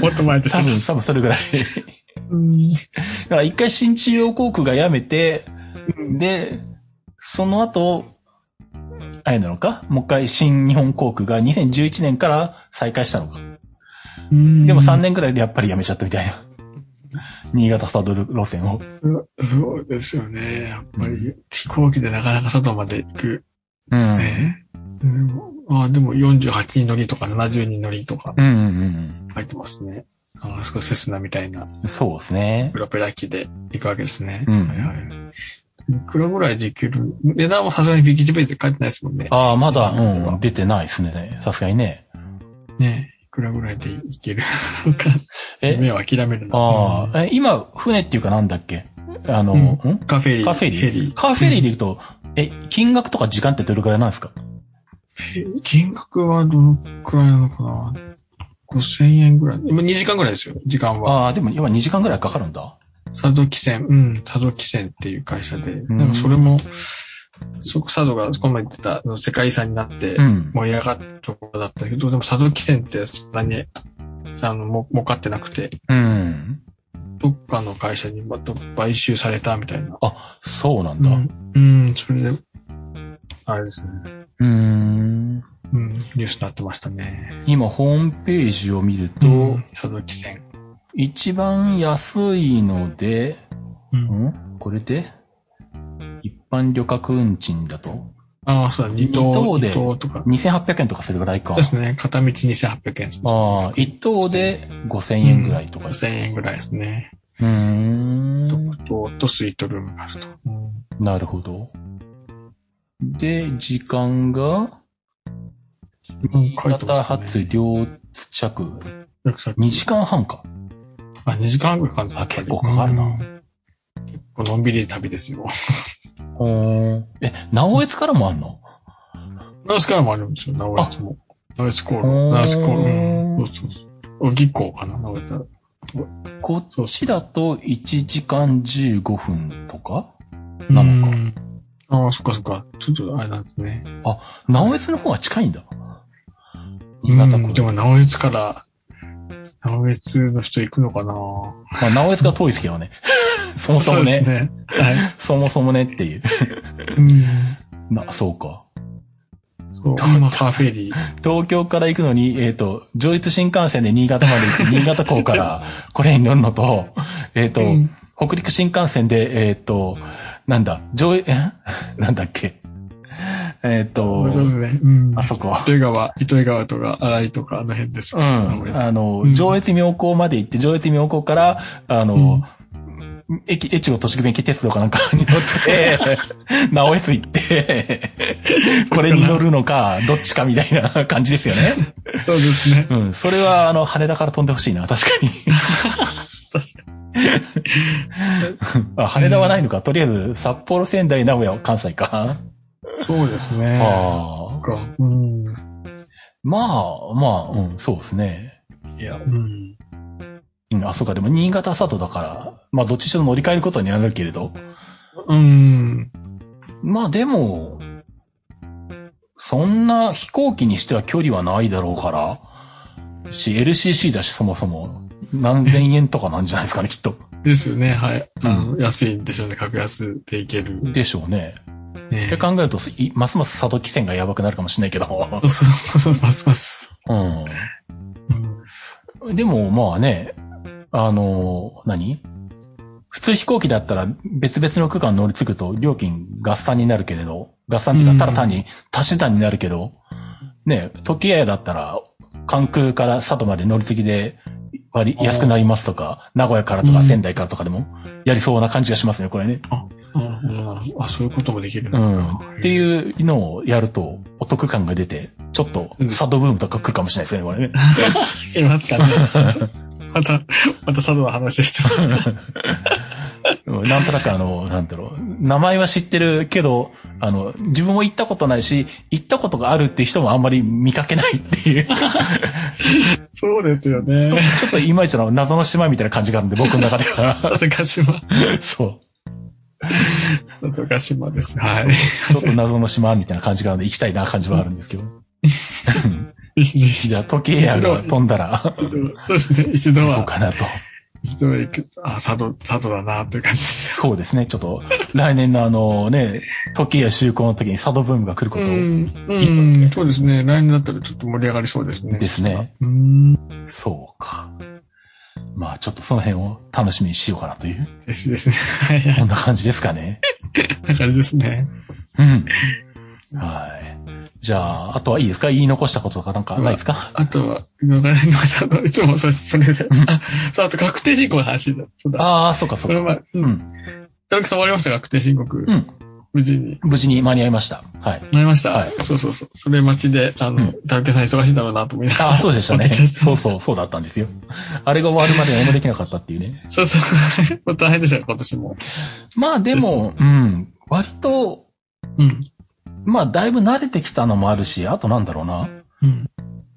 思もっと前でう。し多 た。分、多分それぐらい。うん。だから一回新中央航空が辞めて、で、その後、あれなのかもう一回新日本航空が2011年から再開したのか。でも3年ぐらいでやっぱり辞めちゃったみたいな。新潟サドル路線を。そうそうですよね。やっぱり飛行機でなかなか外まで行くうんね。でもあでも48人乗りとか70人乗りとかうんうん入ってますね。ああそこセスナみたいなうん。そうですねプ。ロペラ機で行くわけですね。うんはいはい。いくらぐらいで行ける値段はさすがにビキジベイで書いてないですもんね。ああ、まだ、うん、出てないですね。さすがにね。ねいくらぐらいで行け るのか。え、夢を諦めるな。あうんあ、え、今、船っていうかなんだっけあの、うんんカフェリー。カーフェリーカーフェリーで行くと、え、金額とか時間ってどれくらいなんですかうん金額はどのくらいなのかな ?5000 円ぐらい。今2時間ぐらいですよ、時間は。ああ、でも今2時間ぐらいかかるんだ。佐渡汽船、うん、佐渡汽船っていう会社で、んなんかそれも、そこ佐渡がこの前言ってたあの世界遺産になってうん。盛り上がったところだったけど、でも佐渡汽船ってそんなに、あの、も儲かってなくて、うん。どっかの会社にまた買収されたみたいな。あ、そうなんうだ。ん、うん、それで、あれですね、うーん。うん、ニュースになってましたね。今、ホームページを見ると、うん佐渡汽船。一番安いので、うん、んこれで一般旅客運賃だとああ、そうだ、二二等等で二等とか。 2800円とかするぐらいか。そうですね、片道2800円。ああ、一等で5000円ぐらいとか。 5000円ぐらいですね。うーん。と、とスイートルームがあると。なるほど。で、時間が、うん新潟発両着、2時間半か。あ、2時間ぐらいかかる。あ結構かかるなうん。結構のんびり旅ですよ。ほーん。え、直江津からもあんのナウスからもあるんですよ、ナウエツも。ナウエツコーほル。ーナウエツコール。うん。そうそうそう。おぎこかな、ナウエツは。こっちだと1時間15分とかななののかか。ああ、そっかそっか。ちょっとあれなんですね。直江津の方が近いんだ。う新潟ん。港でもナウエツから、ナウエツの人行くのかなまあ、直江津が遠いですけどね。 そも そもうでねすね。はい。そもそもねっていう。うん。な、そうか。そう。今カーフェリー。東京から行くのに、えっ、と、上越新幹線で新潟まで 行って、新潟港からこれに乗るのと、えっ、と、うん北陸新幹線で、えっ、と、なんだ、上越、え なんだっけ。えっ、そうですと、ね。うん。あそこ。糸魚川、糸魚川とか新井とかあの辺ですうん。あの、うん上越妙高まで行って、上越妙高から、あの、駅、越後都市区弁駅鉄道かなんかに乗って、 直江津行って、これに乗るのか、どっちかみたいな感じですよね。そうですね。うん。それは、あの、羽田から飛んでほしいな、確かに。あ、羽田はないのか。とりあえず、札幌、仙台、名古屋、関西か。そうですね。ああ。あ。うん。まあ、まあ、うん、そうですね。いや、うん。うん、あ、そうか、でも新潟佐渡だから、まあ、どっちにしろ乗り換えることにはなるけれど。うん。まあ、でも、そんな飛行機にしては距離はないだろうから、し、LCC だし、そもそも、何千円とかなんじゃないですかね、きっと。ですよね。はい。あの、安いんでしょうね。格安でいける。でしょうね。っねて考えると、いますます佐渡汽船がやばくなるかもしれないけど。そうそうそう、ますます。うん。うんでも、まあね、あの、何普通飛行機だったら別々の区間乗り継ぐと料金合算になるけれど、合算っていううんかただ単に足し算になるけど、ね、時計屋だったら関空から佐渡まで乗り継ぎで割り安くなりますとか、名古屋からとうかん仙台からとかでもやりそうな感じがしますね、これね。あうんあ、そういうこともできるう。なんってう。いうのをやるとお得感が出て、ちょっと佐渡ブームとか来るかもしれないですね、これね。 いますかね。 また、また佐渡の話をしてます。うんなんとなくあの、なんだろう。名前は知ってるけど、あの、自分も行ったことないし、行ったことがあるって人もあんまり見かけないっていう。ちそうですよょね。ちょっといまいちの謎の島みたいな感じがあるんで、僕の中では。 佐渡鹿島。そう。佐渡鹿島です。はい。ちょっと謎の島みたいな感じがあるんで、行きたいな感じはあるんですけど。 じゃあ、時計屋が飛んだら、行そうですね。一度こうは、かなと。一度は行く。あ、佐渡、佐渡だな、という感じですそうですね。ちょっと、来年のあのね、時計屋就航の時に佐渡ブームが来るこうとん、うん、そうですね。来年だったらちょっと盛り上がりそうですね。ですね。うん、そうか。まあ、ちょっとその辺を楽しみにしようかなという。ですですね。はいはこい。んな感じですかね。こんな感じですね。うん。はい。じゃあ、あとはいいですか言い残したこととかなんかないですかあとは、のがさんのいつもそそれで、あ、そう、あと確定申告の話だ。そうだ。ああ、そうかそこうのか。前、う。うんん。田中さん終わりました確定申告。うん。無事に。無事に間に合いました。はい。なりました、はいそうそうそう。それ待ちで、あうの、田中さん忙しいだろうなと思いながら。ああ、そうでしたね ポッドキャ。ストそうそう、そうだったんですよ。あれが終わるまで何もできなかったっていうね。そうそう。 まあ大変でしたよ、今年も。まあでも、うん。割と、うん。まあだいぶ慣れてきたのもあるし、あとなんだろうな。うん。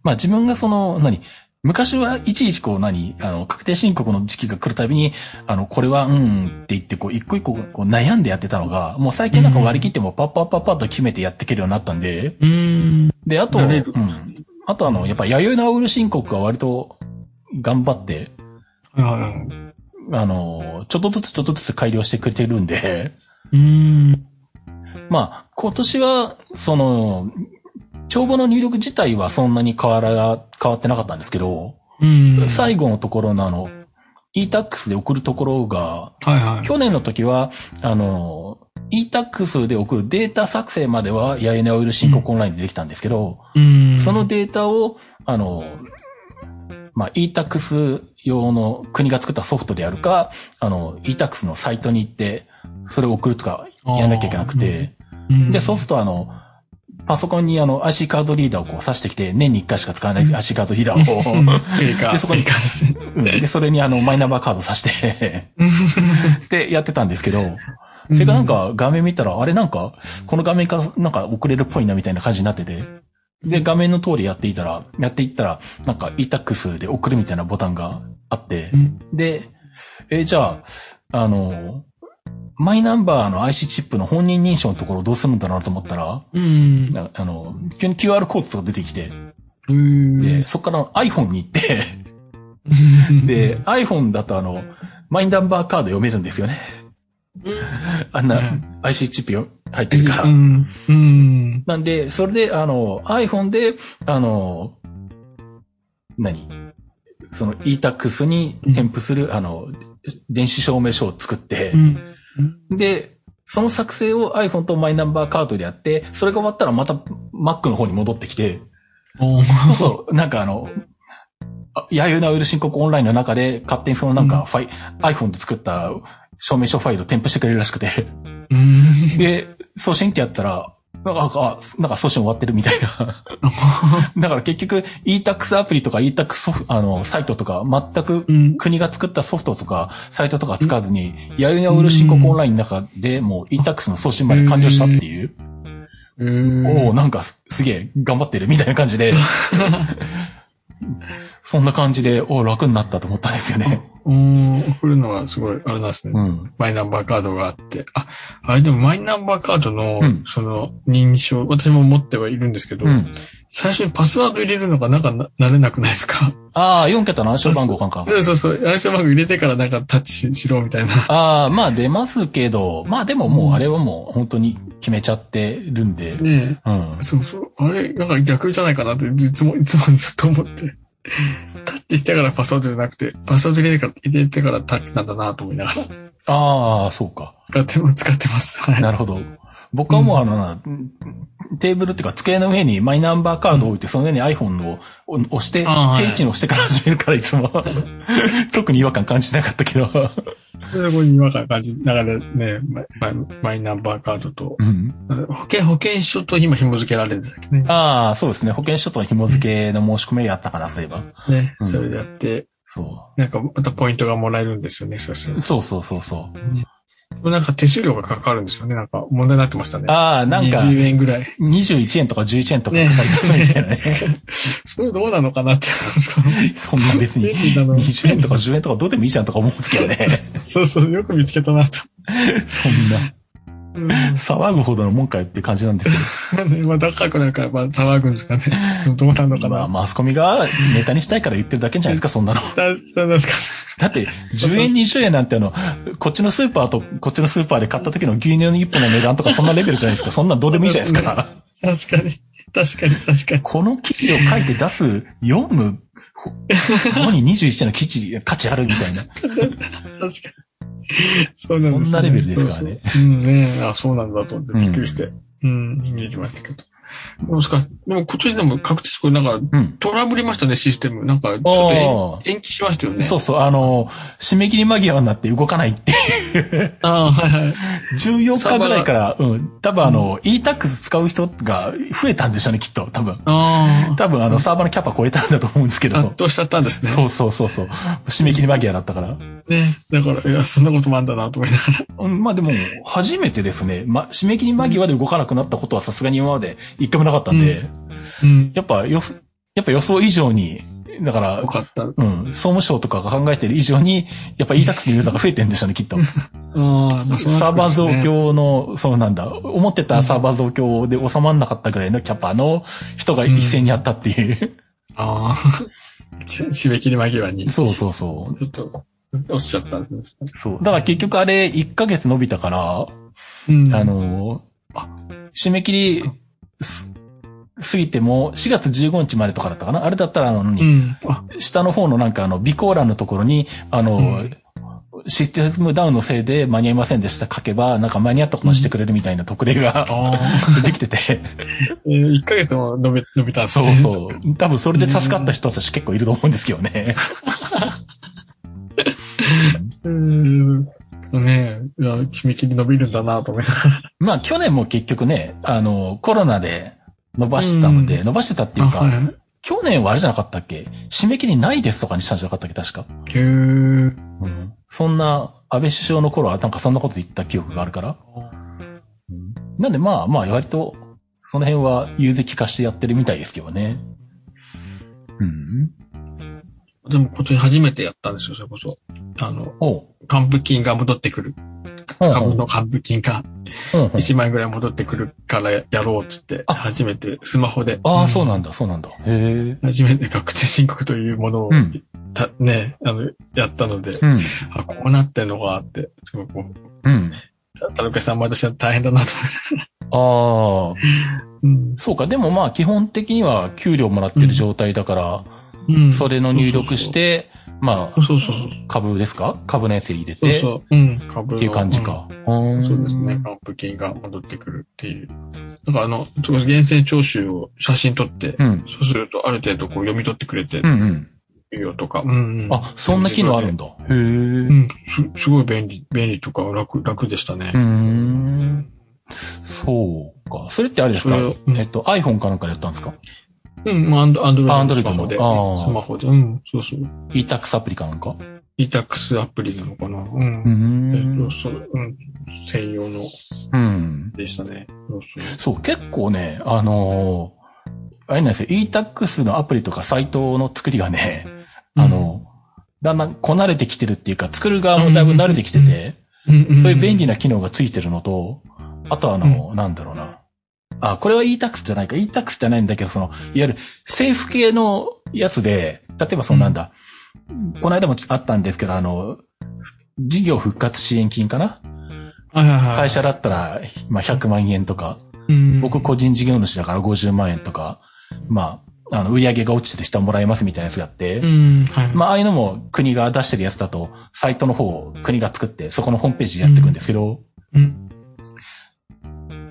まあ自分がその、何昔はいちいちこう何あの、確定申告の時期が来るたびに、あの、これはうんって言ってこう、一個一個こう悩んでやってたのが、もう最近なんか割り切ってもパッパッパッパッと決めてやっていけるようになったんで、うん。で、あと、う慣れるん。あとあの、やっぱ弥生直る申告は割と頑張って、はいはいはい。あの、ちょっとずつちょっとずつ改良してくれてるんで、うん。まあ、今年は、その、帳簿の入力自体はそんなに変わら、変わってなかったんですけど、うん。はい最後のところのあの、e-tax で送るところが、はい。去年の時は、あの、e-tax で送るデータ作成までは、ヤエネオイル申告オンラインでできたんですけど、うん。そのデータを、あの、まあ、e-tax 用の国が作ったソフトでやるか、あの、e-tax のサイトに行って、それを送るとかやんなきゃいけなくて、うん、で、そうするとあの、パソコンにあの IC カードリーダーをこう挿してきて、年に1回しか使わない IC カードリーダーを、ペリカ。でそこにペリカですね。うんで、それにあの、マイナンバーカードさして、 で、やってたんですけど、それがなんか画面見たら、あれなんか、この画面からなんか遅れるっぽいなみたいな感じになってて、で、画面の通りやっていたら、やっていったら、なんか e-tax で送るみたいなボタンがあってう、ん、で、えーじゃあ、あの、マイナンバーの IC チップの本人認証のところどうするんだろうなと思ったら、うん。なあの、急に QR コードが出てきて、うんで、そこから iPhone に行って、で、、iPhone だとあの、マイナンバーカード読めるんですよね。あんなうん IC チップよ入ってるかうら。ん。うん。なんで、それで、あの、iPhone で、あの、何その e-tax に添付する、あの、電子証明書を作ってう、ん。で、その作成を iPhone とマイナンバーカードでやって、それが終わったらまた Mac の方に戻ってきて、おーそうそう、 なんかあの、あやゆなウイル申告オンラインの中で勝手にそのなんかファイ、iPhone で作った証明書ファイルを添付してくれるらしく て。うん。で、送信ってやったら、なんか、あなんか送信終わってるみたいな。 だから結局、e-tax アプリとか e-tax ソフあの、サイトとか、全くうん。国が作ったソフトとか、サイトとか使わずに、やるやうる申告オンラインの中でもう e-tax の送信まで完了したっていう。えーおおなんかすすげえ頑張ってるみたいな感じ で、そんな感じで、おお楽になったと思ったんですよね。うん。送るのはすごい、あれなんですね。うん。マイナンバーカードがあって。あ、あれでもマイナンバーカードのうん、その、認証、私も持ってはいるんですけど、うん。最初にパスワード入れるのがなんかな慣れなくないですかああ、4桁の暗証番号かんか。そうそうそう。暗証番号入れてからなんかタッチしろみたいな。ああ、まあ出ますけど、まあでももうあれはもう本当に決めちゃってるんで。ねうんえ。。そうそう。あれ、なんか逆じゃないかなって、いつも、いつもずっと思って。タッチしてからパスワードじゃなくて、パスワード入れてから、入れてからタッチなんだなと思いながら、ああ、そうか。使っても、使ってます。はい。なるほど。僕はもうあのな、テーブルっていうか机の上にマイナンバーカードを置いて、その上に iPhone を押して、ああはい定位置に押してから始めるからいつも。 特に違和感感じなかったけど。そこに違和感感じながらね、マイマイマイナンバーカードと、うん。保険、保険証と今紐付けられるんですけどね。ああ、そうですね。保険証との紐付けの申し込みやったかな、そういえば。ね。うんそれでやって、そなんかまたポイントがもらえるんですよね、そうするう。そうそうそうそう。と。なんか手数料がかかるんですよね。なんか問題になってましたね。ああ、なんか、 20円ぐらい。 21円とか11円とかかかりますみたいなね。 それどうなのかなって。そんな別に便。利なの。 20円とか10円とかどうでもいいじゃんとか思うんですけどね。 そうそう、よく見つけたなと。 そんな、 騒ぐほどのもんかよって感じなんですけど。ねまあ、高くなるから、まあ、騒ぐんですかね。でもどうなのかまな。あ、マスコミがネタにしたいから言ってるだけじゃないですか、そ んなの。だ、なんですだって、10円、20円なんてあの、こっちのスーパーと、こっちのスーパーで買った時の牛乳の一本の値段とかそんなレベルじゃないですか。そんなんどうでもいいじゃないですか。かね。確かに。確かに、確かに。この記事を書いて出す、読む、ほ何21の記事、価値あるみたいな。確かに。そうなんです、そんなレベルですからねそうそううんねあ、そうなんだと思って、うんびっくりして。うん、見に行きましたけど。どうですかでも今年でも確実これなんか、うん。トラブりましたね、システム。なんか、ちょあっと延あ延期しましたよね。。そううそう、あの、締め切り間際になって動かないっていう、ああ、はいはい。 14日ぐらいから、うん、多分あの、e-tax 使う人が増えたんでしょうね、きっと、多分。あ多分あの、サーバーのキャパ超えたんだと思うんですけあ。圧ど。倒しちゃったんですね。そうそうそうそう。締め切り間際だったから。ね。だから、いや、そんなこともあんだなと思いながら。うん、まあでも、初めてですね。ま、締め切り間際で動かなくなったことはさすがに今まで一回もなかったんで、ううん。やっぱ予想、やっぱ予想以上に、だからよ、かった。うん、総務省とかが考えてる以上に、やっぱ e-tax のユーザーが増えてるんでしょうね、きっと。ああ、まあそうなってくるんですねサーバー増。強の、そうなんだ、思ってたサーバー増強で収まんなかったぐらいのキャパの人が一斉にやったっていう。ああ。し 締め切り間際に。ちそうそうそう。ょっと、落ちちゃったんですね。そう。だから結局あれ、1ヶ月伸びたから、うんあ、のーあ、締め切りす、過ぎても、4月15日までとかだったかなあれだったら、あの、うん。あ、下の方のなんかあの、備考欄のところに、あのーシステムダウンのせいで間に合いませんでした書けば、なんか間に合ったことをしてくれるみたいな特例が、あ できて て。えー、1ヶ月も伸び、伸びたんですそね。うそう。多分それで助かった人たち結構いると思うんですけどね。う。うん。ねえ、いや締め切り伸びるんだなと思いながまあ去年も結局ね、あの、コロナで伸ばしてたので、う伸ばしてたっていら。うか、はい。去年はあれじゃなかったっけ締め切りないですとかにしたんじゃなかったっけ確か。へーそんな、安倍首相の頃はなんかそんなこと言った記憶があるから。なんでまあまあ割と、その辺は有益化してやってるみたいですけどね。うん。でも今年初めてやったんですよ、それこそ。あの、おう。還付金が戻ってくる。うんうん株の還付金がうんうん1万円ぐらい戻ってくるからやろうっつって、あ初めてスマホで。ああ、んそうなんだ、そうなんだ。へえ。初めて確定申告というものを、うんたね、あの、やったので、うん。あ、こうなってんのかって、すごいこう、うん。たるかさん毎年は大変だなとああ、思って。そうか。でもまあ基本的には給料もらってる状態だから、うんそれの入力し。て、まあ、そうそうそう。株ですか株のやつ入れそうて、そう。うん。株のっていう感じ。か。うんそそうですね。。還付金が戻ってくるっていう。だからあの、すごい厳選徴収を写真撮って、うん。そうするとある程度こう読み取ってくれてう、んうん。給与とか。うんうん、あ、そんな機能あるんだ。へえ。う、うんす、すごい便利、便利とか楽、楽でしたね。ーん。そうか。それってあれですかそれうんえっと、iPhone かなんかでやったんですかうん、まあアンドアンドあロイ Android ドのスマホで。スのあーマホで。うん、そうそう。 ?e-tax アプリかなんか e t a x アプリなのかな。うん。うーえっとん。そう、うん、専用のうん。でしたね。そうそう。そう、結構ね、あのーあれなんですよ、e-tax のアプリとかサイトの作りがね、あの、だんだんこなれてきてるっていうか、作る側もだいぶ慣れてきてて、うん、んんそういう便利な機能がついてるのと、あとはあの、なんだろうな。あ、これは e-tax じゃないか。e-tax じゃないんだけど、その、いわゆる政府系のやつで、例えばそのなんだ、この間もあったんですけど、あの、事業復活支援金かなはいはいはい会社だったら、まあ、100万円とか、うん僕個人事業主だから50万円とか、まあ、あの、売り上げが落ちてる人はもらえますみたいなやつがあって、うん、はい。まあ、ああいうのも国が出してるやつだと、サイトの方を国が作って、そこのホームページでやっていくんですけど、うん、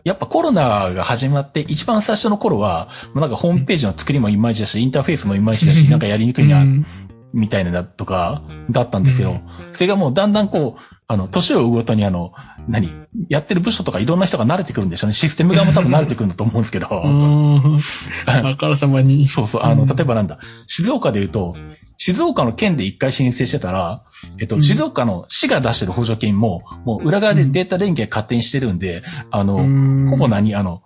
やっぱコロナが始まって、一番最初の頃は、もうなんかホームページの作りもいまいち だし、インターフェースもいまいちだし、なんかやりにくいな、みたいなだとか、だったんですよ。それがもうだんだんこう、あの、年を追うごとにあの、何やってる部署とかいろんな人が慣れてくるんでしょうね。システム側も多分慣れてくるんだと 思うんですけど。うん。あからさまに。 そうそう、あうの、ん例えばなんだ、静岡で言うと、静岡の県で一回申請してたら、えっと、うん静岡の市が出してる補助金も、もう裏側でデータ連携勝手にしてるんで、あの、ほぼ何あの、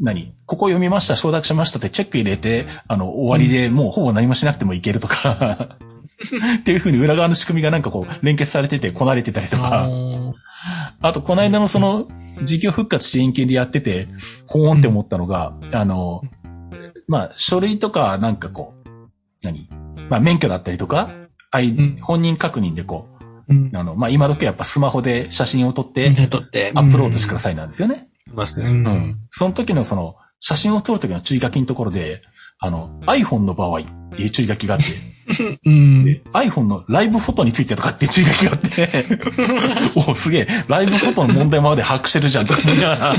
何ここ読みました、承諾しましたってチェック入れて、あの、終わりでもうほぼ何もしなくてもいけるとか、 っていう風に裏側の仕組みがなんかこう、連結されてて、こなれてたりとあか、ーあと、この間のその、事業復活支援金でやってて、ほーんって思ったのが、あの、まあ、書類とか、なんかこう、何まあ、免許だったりとか、あいん本人確認でこうんう、あの、まあ、今時はやっぱスマホで写真を撮って、撮ってアップロードしてくださいなんですよね。いますね。うん。その時のその、写真を撮る時の注意書きのところで、あの、iPhone の場合っていう注意書きがあって、うん。 iPhone のライブフォトについてとかっていう注意書きがあって、おすげえ、ライブフォトの問題まで把握してるじゃんとか思いながら、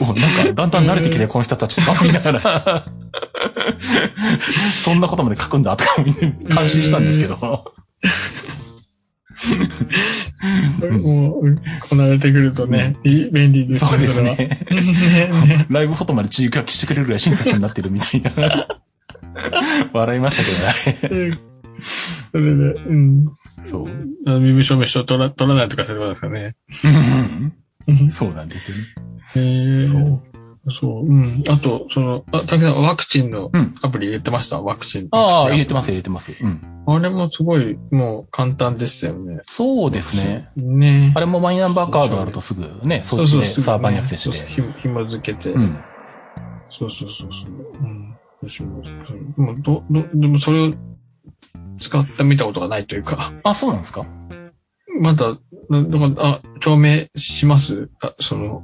おなんかだんだん慣れてきて、この人たちとか思いながら、そんなことまで書くんだとか思って感心したんですけど、これもう、こなれてくるとね、いい便利ですそうです。ね。それは ねねライブフォトまで注意書きしてくれるぐらい親切になってるみたいな。笑いましたけどね。それで、うん。そう。あの身分証明書取ら取らないとかそういうことですかね。 そうなんですよね。へーそう。そう。うん。あと、その、あ、たけさん、ワクチンのうんアプリ入れてました、ワクチン。ああ、入れてまます、入れてます。うん。あれもすごい、もう簡単でしたよね。そうですね。ねあれもマイナンバーカードあるとすぐね、そっちでサーバーにアクセスして。ひも紐付けて。うん。そうそうそうそう。うん。私も、うんでも、ど、ど、でもそれを使ってみたことがないというか、あ、そうなんですかまだ、なだから、あ、証明しますあその、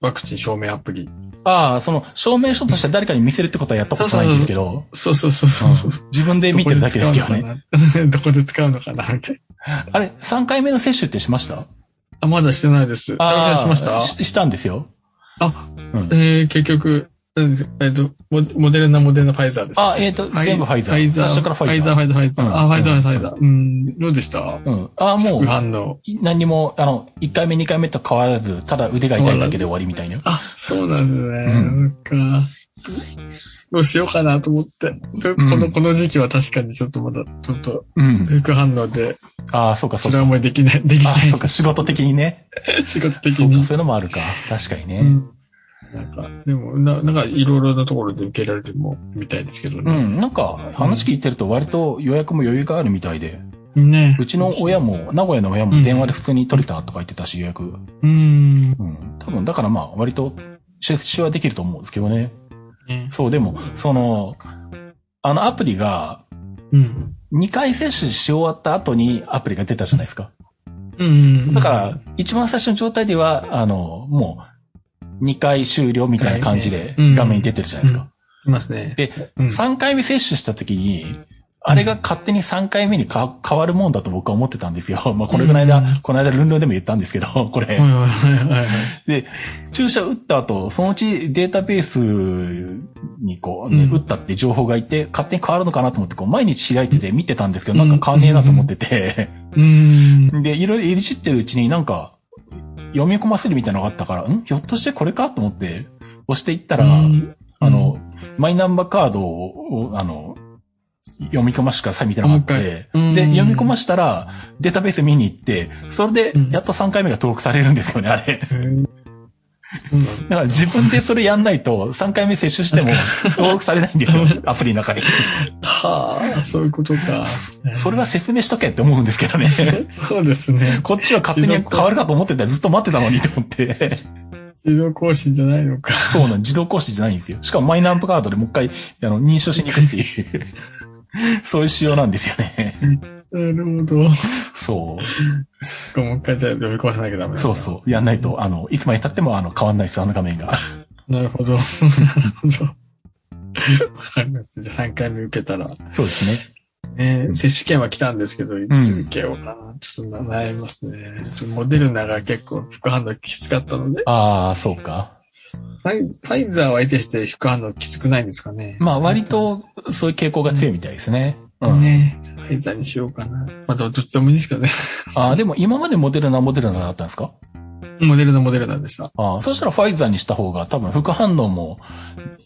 ワクチン証明アプリ。ああ、その、証明書として誰かに見せるってことはやったことないんですけど、そうそうそうそうそう。うん自分で見てるだけですけどね。ね。どこで使うのかな みたいな。あれ、3回目の接種ってしましたあ、まだしてないです。あああ、しましたししたんですよ。あ、うんえー、結局、何ですえっ、とモ、モデルナ、モデルナ、ファイザーです。あ、えっと、はい、全部ファイザー。最初からファイザー。ファイザー、ファイザー、ファイザー。うんあ、ファイザー、ファイザー、ファイザー。うん、どうでしたうん。ああ、も副う、反応。何にも、あの、1回目、2回目と変わらず、ただ腕が痛いだけで終わりみたいな。あ、そうなんだね。うんなんか、どうしようかなと思って。ちょっとこうの、んこの時期は確かにちょっとまだ、ちょっとうん。副反応で、ああ、そうか、そう辛いか。思いできない、できなあ、そうい。か、仕事的にね。 仕事的そうか、に。そういうのもあるか。確かにね。うんなんか、でも、な、なんか、いろいろなところで受けられるも、みたいですけどうね。ん、なんか話聞いてると割と予約も余裕があるみたいで、ねうちの親も、名古屋の親も電話で普通に取れたとか言ってたし予約。うん。うん。多分だからまあ割と出資はできると思うんですけどね。ねそう、でも、その、あのアプリがうん。 2回接種し終わった後にアプリが出たじゃないですか。うん。だから、一番最初の状態では、あの、もう、2回終了みたいな感じでうん画面に出てるじゃないですか。いますね。で、うん、 3回目接種した時に、あれが勝手に3回目にか変わるもんだと僕は思ってたんですよ。 まあ、これぐらいだ、うんこの間ルンルンでも言ったんですけど、これ。はいはいはいはいはい。で、 注射打った後、そのうちデータベースにこう、ねうん打ったって情報がいて、勝手に変わるのかなと思って、こう、毎日開いてて見てたんですけど、うなんんか変わんねえなと思ってて、 うーん。で、いろいろいじってるうちになんか、読み込ませるみたいなのがあったから、んひょっとしてこれかと思って、押していったら、うんあの、マイナンバーカードを、をあの、読み込ましてくださいみたいなのがあって、もう一回うんで、読み込ましたら、データベース見に行って、それでうん、やっと3回目が登録されるんですよね、あれ。へーうんだから自分でそれやんないと、3回目接種しても登録されないんですよ、アプリの中に。はあ、そういうことか。 それは説明しとけって思うんですけどね。 そうですね。こっちは勝手に変わるかと思ってたらずっと待ってたのにと思って。自動更新じゃないのか。そうなん、自動更新じゃないんですよ。しかもマイナンバーカードでもう一回、あの、認証しに行くって いう、そういう仕様なんですよね。なるほど。そもう一回じゃあ読み込ませなきゃダメう。そうう。そう。やんないと、あの、いつまで経っても、あの、変わんないですよ、あの画面 が。なるほど。なるほど。わかりました。じゃあ3回目受けたら。そうですね。ね、接種券は来たんですけど、いつ受けようかな。ちょっと悩みますね。ちょっとモデルナが結構副反応きつかったので、ああ、そうか。ファイファイザーを相手して副反応きつくないんですかね。まあ、割と、そういう傾向が強いみたいですね。うん。ね、ファイザーにしようかな。まあ、どっちでもいいんですけどね。 ああ、でも今までモデルナ、モデルナだったんですかモデルナ、モデルナでした。ああ、そしたらファイザーにした方が多分副反応も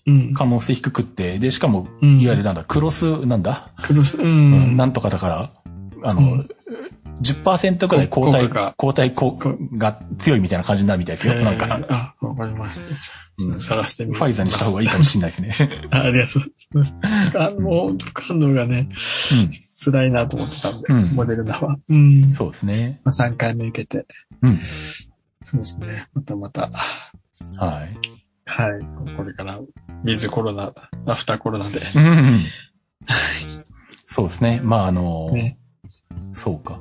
うん。可能性低くって、で、しかも、うんいわゆるなんだ、クロスなんだ、クロス、ううん、ん。なんとかだから、あの、うん10%くらい抗体効果が、抗体効果が強いみたいな感じになるみたいですよ。えーなんか、あ、わかりました。さらしてみファイザーにした方がいいかもしれないですね。 あありがとうございます。副反応、副反応がね、辛いなと思ってたんで、うんモデルナは。うん。そうですね。まあ、3回目受けて。うん。そうですね。またまた。はい。はい。これから、ウィズコロナ、アフターコロナで。うん。そうですね。まあ、あの、ね。そうか。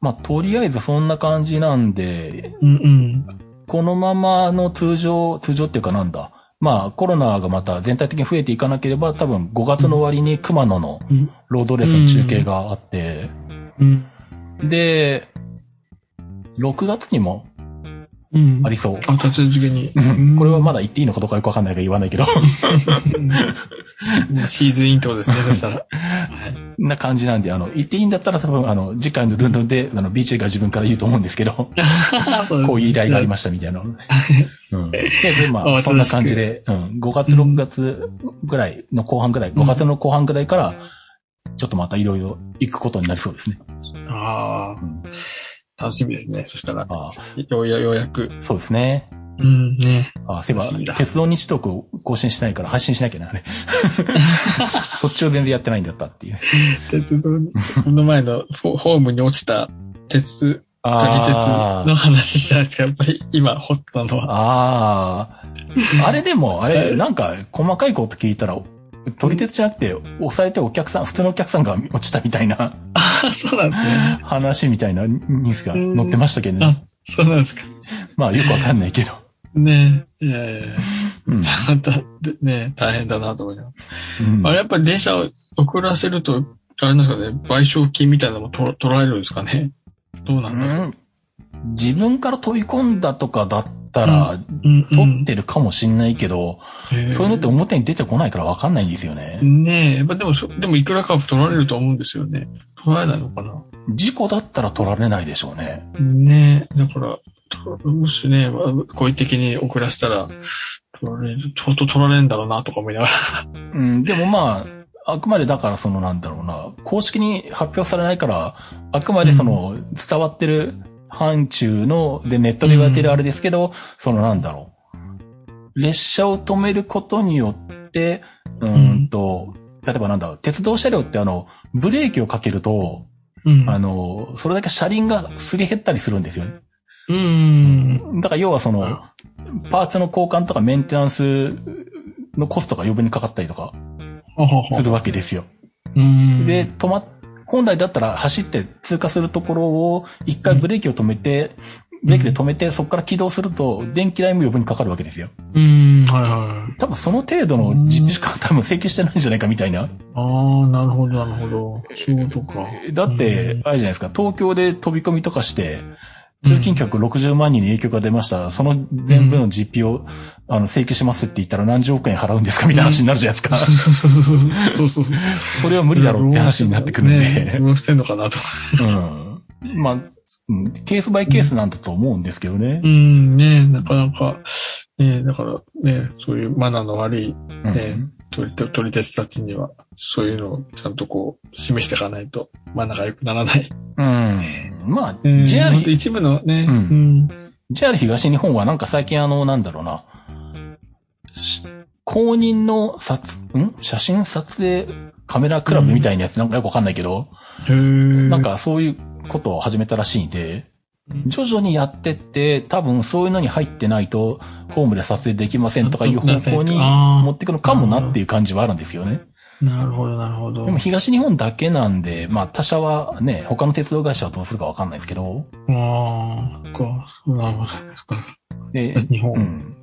まあ、とりあえずそんな感じなんで、うんうん。このままの通常、通常っていうかなんだ。まあコロナがまた全体的に増えていかなければ多分5月の終わりに熊野のうんロードレースの中継があって、うん。で、6月にもうん。ありそう。あ、立て続けに。うんこれはまだだ。言っていいのかどうかよくわかんないから言わないけど、 ねシーズンインってことですね、そした ら。はい。な感じなんで、あの、言っていいんだったら多分あの、次回のルンルンで、あの、BJ が自分から言うと思うんですけど、こういう依頼がありましたみたいな。うん。で、でまああ、そんな感じで、うん。5月、6月ぐらいの後半ぐらい、ん5月の後半ぐらいから、ちょっとまたいろいろ行くことになりそうですね。あうんあ、楽しみですね、そしたら。あようやようやく。そうですね。うん、ね。あそうい楽しみえばだ、鉄道日トークを更新しないから配信しなきゃな、あれ。そっちを全然やってないんだったっていう。鉄道、 この前のホホームに落ちた鉄、撮り鉄あのー話じゃないですか。やっぱり今、ホットなのは。あー。あれでも、あれ、なんか、細かいこと聞いたら、撮り鉄じゃなくて、押さえてお客さん、普通のお客さんが落ちたみたいなあ そうなんですね。 話みたいなニュースが載ってましたけどね。あ、そうなんですか。まあよくわかんないけど。ねえ。いやいやいや。うん。また、でねえ、大変だなと思います。あれやっぱり電車を遅らせると、あれなんですかね、賠償金みたいなのもと取られるんですかね。どうなんだろう。自分から飛び込んだとかだったら、うん取ってるかもしんないけど、うんそういうのって表に出てこないからわかんないんですよね。ねえ、やっぱでもそ、でもいくらかは取られると思うんですよね。取られないのかな。事故だったら取られないでしょうね。ねえ、だから、ともしね、故意的に遅らせたら、取られる、相当取られるんだろうなとか思いながら。うん、でもまあ、あくまでだからそのなんだろうな、公式に発表されないから、あくまでその伝わってる範疇の、でネットで言われてるあれですけど、そのなんだろう。列車を止めることによって、うーんと、例えばなんだろう、鉄道車両ってあの、ブレーキをかけると、うんあの、それだけ車輪がすり減ったりするんですよね。うん。だから要はその、パーツの交換とかメンテナンスのコストが余分にかかったりとかほほほするわけですよ。うんで、、止まっ、本来だったら走って通過するところを、一回ブレーキを止めて、ブレーキで止めて、そこから起動すると、電気代も余分にかかるわけですよ。うん。はいはい。多分その程度の実費しか多分請求してないんじゃないかみたいな。ああ、なるほど、なるほど。そういうことか。だってうん、あれじゃないですか、東京で飛び込みとかして、通勤客60万人に影響が出ました。その全部の実費を、あの、請求しますって言ったら何十億円払うんですかみたいな話になるじゃないですか。 そうそうそうそう。そうそう。それは無理だろうって話になってくるんで。ねどうしてんのかなと。うん。まあ、うんケースバイケースなんだと思うんですけどねう。ん、ねなかなか、ねだからね、そういうマナーの悪いうん取り手、取り手たちには、そういうのをちゃんとこう、示していかないと、マナーが良くならない。うん。まあ、うん JR ほんと一部のね、ううんん。 JR 東日本はなんか最近あの、なんだろうな。し公認の撮、ん写真撮影カメラクラブみたいなやつなんかよくわかんないけど、へーなん、かそういうことを始めたらしいんで、徐々にやってって、多分そういうのに入ってないと、ホームで撮影できませんとかいう方向にあー持ってくのかもなっていう感じはあるんですよね。なるほど、なるほど。でも東日本だけなんで、まあ他社はね、他の鉄道会社はどうするかわかんないですけど、ああ、そっか、なるほど、そっか。で、日本。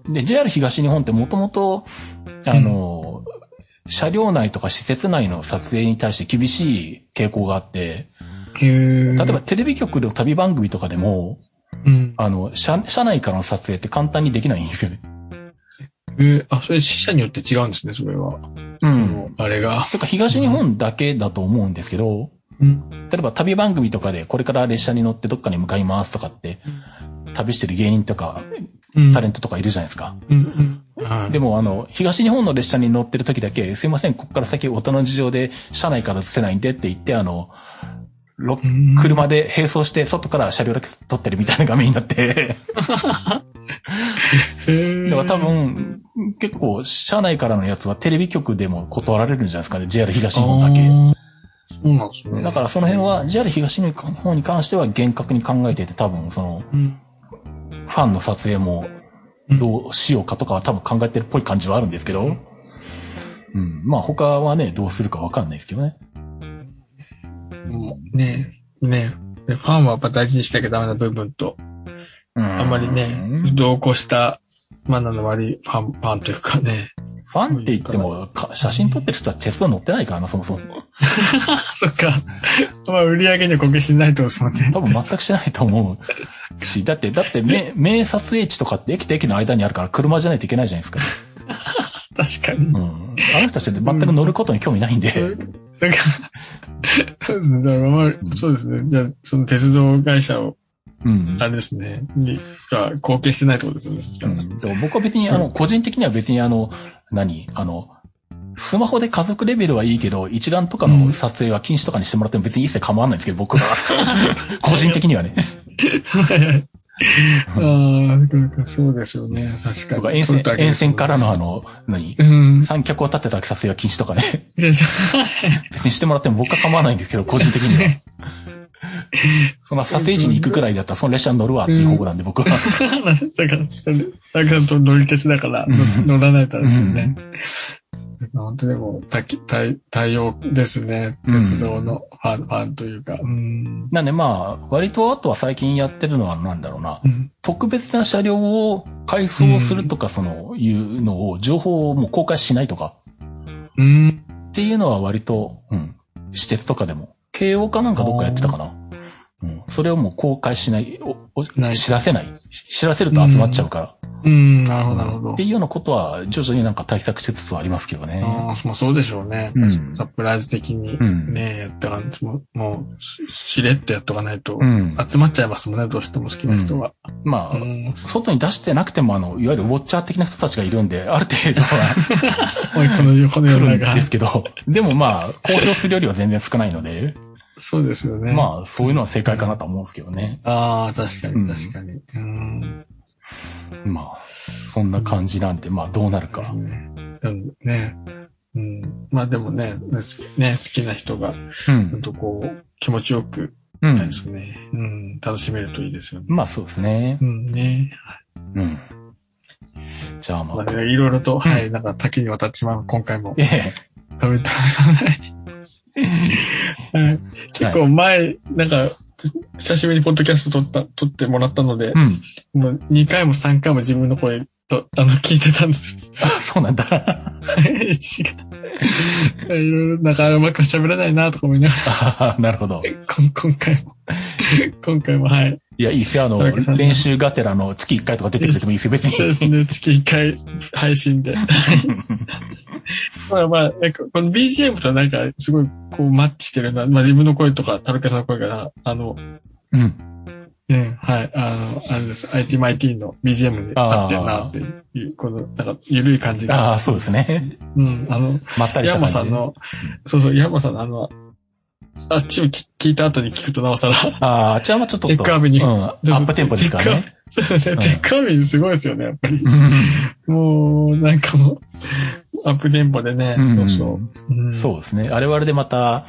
うん。で、JR 東日本ってもともと、あの、車両内とか施設内の撮影に対して厳しい傾向があって、へえ。例えば、テレビ局の旅番組とかでも、うん。あの、車車内からの撮影って簡単にできないんですよね。えー、あ、それ死者によって違うんですね、それは。うあの。あれが。とか東日本だけだと思うんですけど、うん。例えば旅番組とかでこれから列車に乗ってどっかに向かいますとかって、旅してる芸人とか、うんタレントとかいるじゃないですか。うん。うん。はいでも、あの、東日本の列車に乗ってる時だけ、すいません、ここから先大人の事情で車内から映せないんでって言って、あの、ろうん車で並走して外から車両だけ撮ってるみたいな画面になって、へーだから多分、結構、車内からのやつはテレビ局でも断られるんじゃないですかね、JR 東日本だけ。あーそうなんですね。だからその辺は、JR 東日本に関しては厳格に考えていて、多分、その、うん、ファンの撮影もどうしようかとかは多分考えてるっぽい感じはあるんですけど、うん。まあ他はね、どうするかわかんないですけどね。もうねねでファンはやっぱ大事にしなきゃダメな部分と、ああんまりね、同行したマナーの悪いファン、ファンというかね。 ファンって言っても、か写真撮ってる人は鉄道乗ってないからな、そもそも。そっか。まあ、売り上げには貢献しないと思うんですもんね。多分全くしないと思うし、だって、だって名、名撮影地とかって駅と駅の間にあるから車じゃないといけないじゃないですか。確かにう。ん。あの人たちって全く乗ることに興味ないんそでれ。かそうですね。だからまあそうですね。じゃあ、その鉄道会社を、うんあ。れですね、に、が貢献してないってことですよね。そしたうら。んでも僕は別に、あの、個人的には別にあの、何あの、スマホで家族レベルはいいけど、一眼とかの撮影は禁止とかにしてもらっても別に一切構わないんですけど、僕 は。個人的にはね。ああ、だからそうですよね。確かとに。。か沿線、沿線かららのあの、何うん。三脚を立てた撮影は禁止とかね。 で別にしてもらっても僕は構わないんですけど、個人的には。その撮影地に行くくらいだったら、その列車に乗るわっていう方向なんで、僕は。だから、だからと乗り鉄だからうん乗らないとですよね。本当でも多岐、対、対応ですね。鉄道のファン、ファンというか。うん。なんでまあ、割とあとは最近やってるのはなんだろうな。うん特別な車両を改装するとか、その、いうのを、情報をもう公開しないとか、うん。っていうのは割と、うん、施設とかでも、慶応かなんかどっかやってたかな。うん、それをもう公開しない、おおない知らせない。し知らせると集まっちゃうから。うん、なるほど、なるほっどて。いうようなことは、徐々になんか対策しつつはありますけどね。ああ、まあそうでしょうね。うんサプライズ的にうんね、やったかもう、もう、ししれっとやっとかないとう、ん。集まっちゃいますもんね、どうしても好きな人は。まあ、うん 外に出してなくても、あの、いわゆるウォッチャー的な人たちがいるんで、ある程度はおい、この、この世来のるん中で。すけど、でもまあ、公表するよりは全然少ないので、そうですよね。まあ、そういうのは正解かなと思うんですけどね。あ。ああ、確かうんに、確かに。うん。まあ、そんな感じなんで、まあ、どうなるか。ね。うん、ね。うん。まあでもね、ねね好きな人が、うほんん。とこう、気持ちよく、うあれんで。すね。うん、楽しめるといいですよね。まあ、そうですねう。ん、ね。うん。じゃあままあ、あ、いろいろと、はい、なんか多岐にわたってしまう、今回も。ええ。食べたない。はい結構前、なんか、久しぶりにポッドキャスト撮った、撮ってもらったのでう、ん。もう2回も3回も自分の声と、あの、聞いてたんです。あそうなんだ。 はい、違う。いろいろ、なんかうまく喋れないなとか思いながら、あーなるほど。こん今回も、 今回も、はい。いや、いいっすよ。あの田中さ、ん練習がてらの月1回とか出てくれてもいいっすよ、別そうにで。すね、月1回配信で。まあまあ、なんか、この BGM とはなんか、すごい、こう、マッチしてるな。まあ自分の声とか、タルケさんの声がな、あの、うん。ね、はい、あの、あれです。IT マイティーンの BGM に合ってるなっていう、この、なんか、ゆるい感じが。ああ、そうですね。うん、あの、まったりしヤたン感マじさでんの、そうそう、ヤンマさんのあの、あっちを聞聞いた後に聞くとなおさら、ああ、じゃあまあちょっと。テックアップにうん。アップテンポですからね。そうですね、ん テックアミンすごいですよね、やっぱりう。んもう、なんかもう、アップテンポでね、うんそうそう。うんそうですね。あれはあれでまた、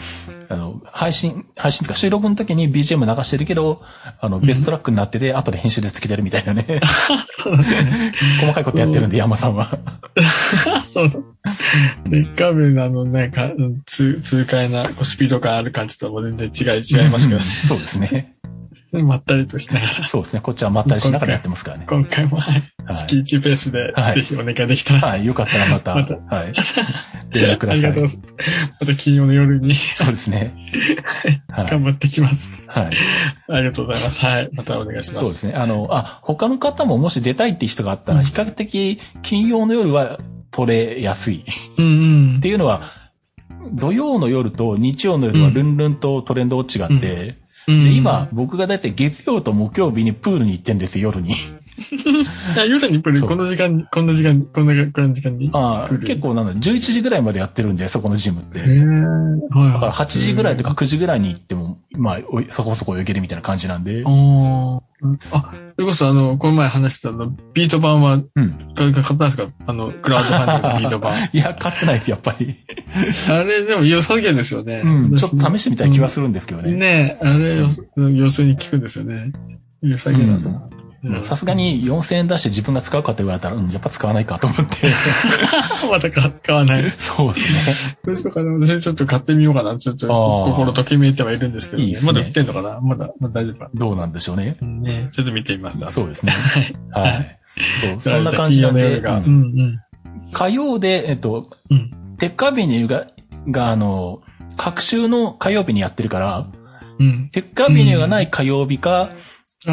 あの、配信、配信とか収録の時に BGM 流してるけど、あの、んベストトラックになってて、後で編集でつけてるみたいな ね。そうなんだよね。細かいことやってるんで、山さんは。そうだ。テックアミンのあのね、か痛痛快なこうスピード感ある感じとはもう全然違い、違いますけどうん そうですね。 ね。まったりとしながら、そうですね。こっちはまったりしながらやってますからね。今回も、はいはい月1ペースでは、いぜひお願いできたら、はい。よかったらまた、またはい。連絡くだ あさい。りがとうございます。また金曜の夜にそうですね。はい。頑張ってきます。はい。ありがとうございます。はい。またお願いしま。そうですすね。あの、あ、他の方ももし出たいって人があったら、うん比較的金曜の夜は取れやすい。 っうんうんて。いうのは、土曜の夜と日曜の夜はルンルンとトレンドウォッチがあって、でうん今、、僕がだいたい月曜と木曜日にプールに行ってんですよ、夜に。いや夜にプール、そうこの時間に、こんな時間に、こんな、こんな時間に。あプあール結構なの、11時ぐらいまでやってるんで、そこのジムって。へえ。はい。だはかいら8時ぐらいとか9時ぐらいに行っても、まあ、おいそこそこ泳げるみたいな感じなんで。おーあ、それこそあの、この前話したあの、ビート版は、うん買ったんですかあの、クラウドファンディングのビート 版。いや、勝ってないです、やっぱり。あれでも良さげですよね。うん。ちょっと試してみたい気はすするんですけどね。ね。ねえ、あれよ、要するに聞くんですよね。良さげだな。うんさすが。に4000円出して自分が使うかと言われたら、うん、やっぱ使わないかと思 って。 また買買 わない。そうですね。どうしようかな。私ちょっと買ってみようかな。ちょっとあー心ときめいてはいるんですけど、いいですねまだ売ってんのかなまだ、まだ大丈夫かどうなんでしょうね。な。ね、ちょっと見てみます。そうですね。はい。はい。そう、じゃそあんな感じなんじゃあ金で、曜の夜が。ううんんうん。火曜で、えっと、うんテッカービニが、が、あの、各週の火曜日にやってるから、うん。テッカービニがない火曜日か、あ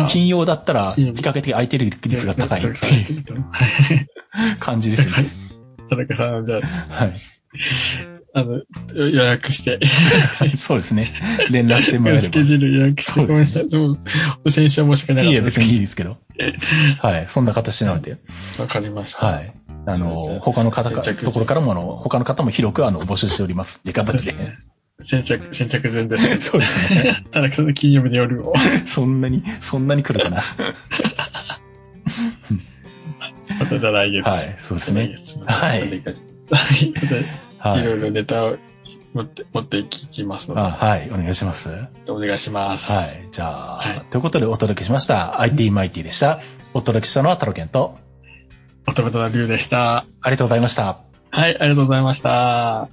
金曜だったら、金比曜日較的空いてる率が高いっていうはい。感じですね。田中さん、じゃあ、はあの、予約して、 い。そうですね。連絡してもらえれスばケ。ジュール予約して、そごうめんでなすさい。そう、先週は申し訳なかったいえ、で別すにいいですけど。はい。そんな形なので。わかりました。は。い。あじゃあの、他の方か、先着ところからも、あの、他の方も広く、あの、募集しております。 っていう形で。先着、先着順ですけど。そうですね。田中さんの金曜日の夜を。そんなに、そんなに来るかな。 はまたじゃあ来月。い。そうですね。はいはい。はいろい。いろネタを持って、持ってきますのあはい。お願いします。はで、お願いします。い。じゃはあ、ということでお届けしました。IT マイティでした。お届けしたのはタロケンと、乙女とのりゅうでした。ありがとうございました。はい、ありがとうございました。